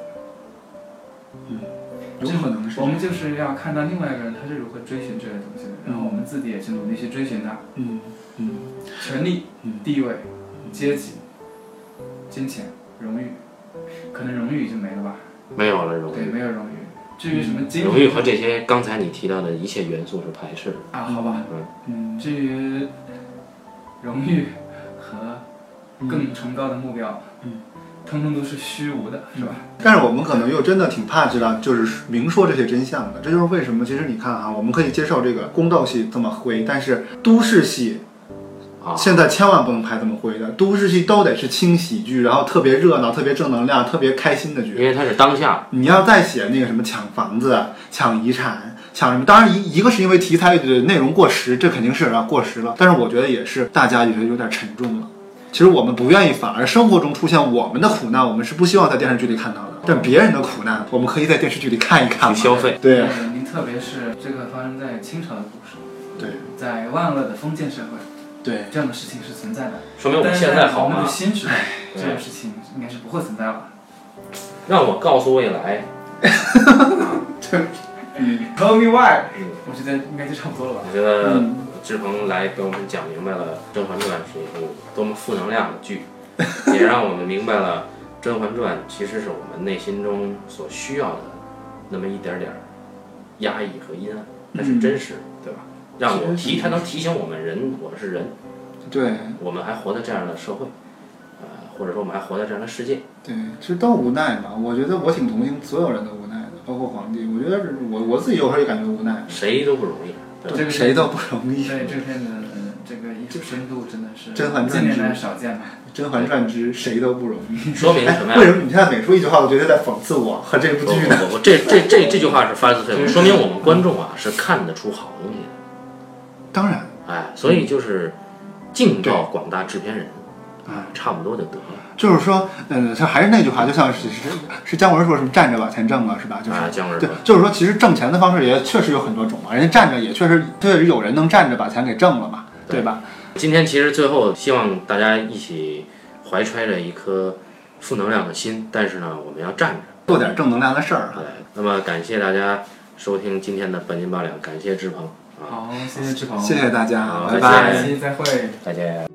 Speaker 3: 有可能是
Speaker 2: 我们就是要看到另外一个人他是如何追寻这些东西的，
Speaker 1: 嗯
Speaker 2: 然后我们自己也去努力去追寻它，
Speaker 3: 嗯嗯
Speaker 2: 权力
Speaker 3: 嗯、
Speaker 2: 地位、阶级、金钱、荣誉，可能荣誉就没了吧？
Speaker 1: 没有了荣
Speaker 2: 对，
Speaker 1: 誉，
Speaker 2: 没有荣誉。至于什么
Speaker 1: 嗯
Speaker 2: 金
Speaker 1: 荣誉和这些刚才你提到的一切元素是排斥的。
Speaker 2: 啊，好吧。
Speaker 3: 嗯，
Speaker 2: 至于荣誉和更崇高的目标，
Speaker 3: 嗯，
Speaker 2: 通通都是虚无的，是吧？
Speaker 3: 但是我们可能又真的挺怕知道，就是明说这些真相的。这就是为什么，其实你看啊，我们可以接受这个宫斗戏这么灰，但是都市戏
Speaker 1: 啊，
Speaker 3: 现在千万不能拍这么灰的。都市戏都得是轻喜剧，然后特别热闹、特别正能量、特别开心的剧。
Speaker 1: 因为它是当下，
Speaker 3: 你要再写那个什么抢房子、抢遗产、抢什么，当然一一个是因为题材的内容过时，这肯定是啊过时了。但是我觉得也是，大家也是有点沉重了。其实我们不愿意，反而生活中出现我们的苦难，我们是不希望在电视剧里看到的。但别人的苦难，我们可以在电视剧里看一看嘛。
Speaker 1: 去消费，
Speaker 3: 对
Speaker 2: 呃，您特别是这个发生在清朝的故事，
Speaker 3: 对
Speaker 2: 在万恶的封建社会，
Speaker 3: 对，
Speaker 2: 这样的事情是存在的。
Speaker 1: 说明我
Speaker 2: 但
Speaker 1: 们
Speaker 2: 是
Speaker 1: 现在好
Speaker 2: 我们
Speaker 1: 吗哎
Speaker 2: 的？新时代，这
Speaker 1: 对
Speaker 2: 种事情应该是不会存在了。
Speaker 1: 让我告诉未来，
Speaker 2: Tell me why？
Speaker 1: 嗯，
Speaker 2: 我觉得应该就差不多了吧。
Speaker 1: 我觉得志鹏来给我们讲明白了《甄嬛传》是一部多么负能量的剧，也让我们明白了《甄嬛传》其实是我们内心中所需要的那么一点点儿压抑和阴暗，但是真实，对吧？让我
Speaker 3: 其实
Speaker 1: 提，它能提醒我们人，我们是人，
Speaker 3: 对
Speaker 1: 我们还活在这样的社会，呃，或者说我们还活在这样的世界，
Speaker 3: 对，其实都无奈嘛。我觉得我挺同情所有人的无奈的，包括皇帝。我觉得我我自己有时候也感觉无奈，
Speaker 1: 谁都不容易， 对吧？
Speaker 2: 这个是
Speaker 3: 谁都不容易。
Speaker 2: 对这篇的呃这个艺术深度真的是
Speaker 3: 甄嬛传
Speaker 2: 近年来少见吧？
Speaker 3: 《甄嬛传》之谁都不容易。
Speaker 1: 说明
Speaker 3: 哎
Speaker 1: 什么，呀哦
Speaker 3: 为？什么你现在每说一句话，我觉得在讽刺我和这部
Speaker 1: 不
Speaker 3: 剧
Speaker 1: 不
Speaker 3: 呢？
Speaker 1: 不不，这这这这句话是发自肺腑，说明我们观众啊是看得出好东西的，
Speaker 3: 当然，
Speaker 1: 哎，所
Speaker 3: 嗯
Speaker 1: 以就是敬到广大制片人，
Speaker 3: 哎
Speaker 1: 啊，差不多就得了。
Speaker 3: 就是说，嗯，他还是那句话，就像是是是姜文说什么“站着把钱挣了”，是吧？就是、
Speaker 1: 啊，姜文
Speaker 3: 对
Speaker 1: 说，，
Speaker 3: 就是说，其实挣钱的方式也确实有很多种嘛。人家站着也确实确实有人能站着把钱给挣了嘛，对吧？
Speaker 1: 今天其实最后希望大家一起怀揣着一颗负能量的心，但是呢，我们要站着。
Speaker 3: 做点正能量的事儿哈
Speaker 1: 对。，那么感谢大家收听今天的半斤八两，感谢志鹏，
Speaker 2: 哦好，谢谢志鹏，
Speaker 3: 谢谢大家，啊
Speaker 1: 好
Speaker 3: 拜
Speaker 1: 再
Speaker 3: 拜
Speaker 1: 见。
Speaker 2: 下期再会。
Speaker 1: 再见。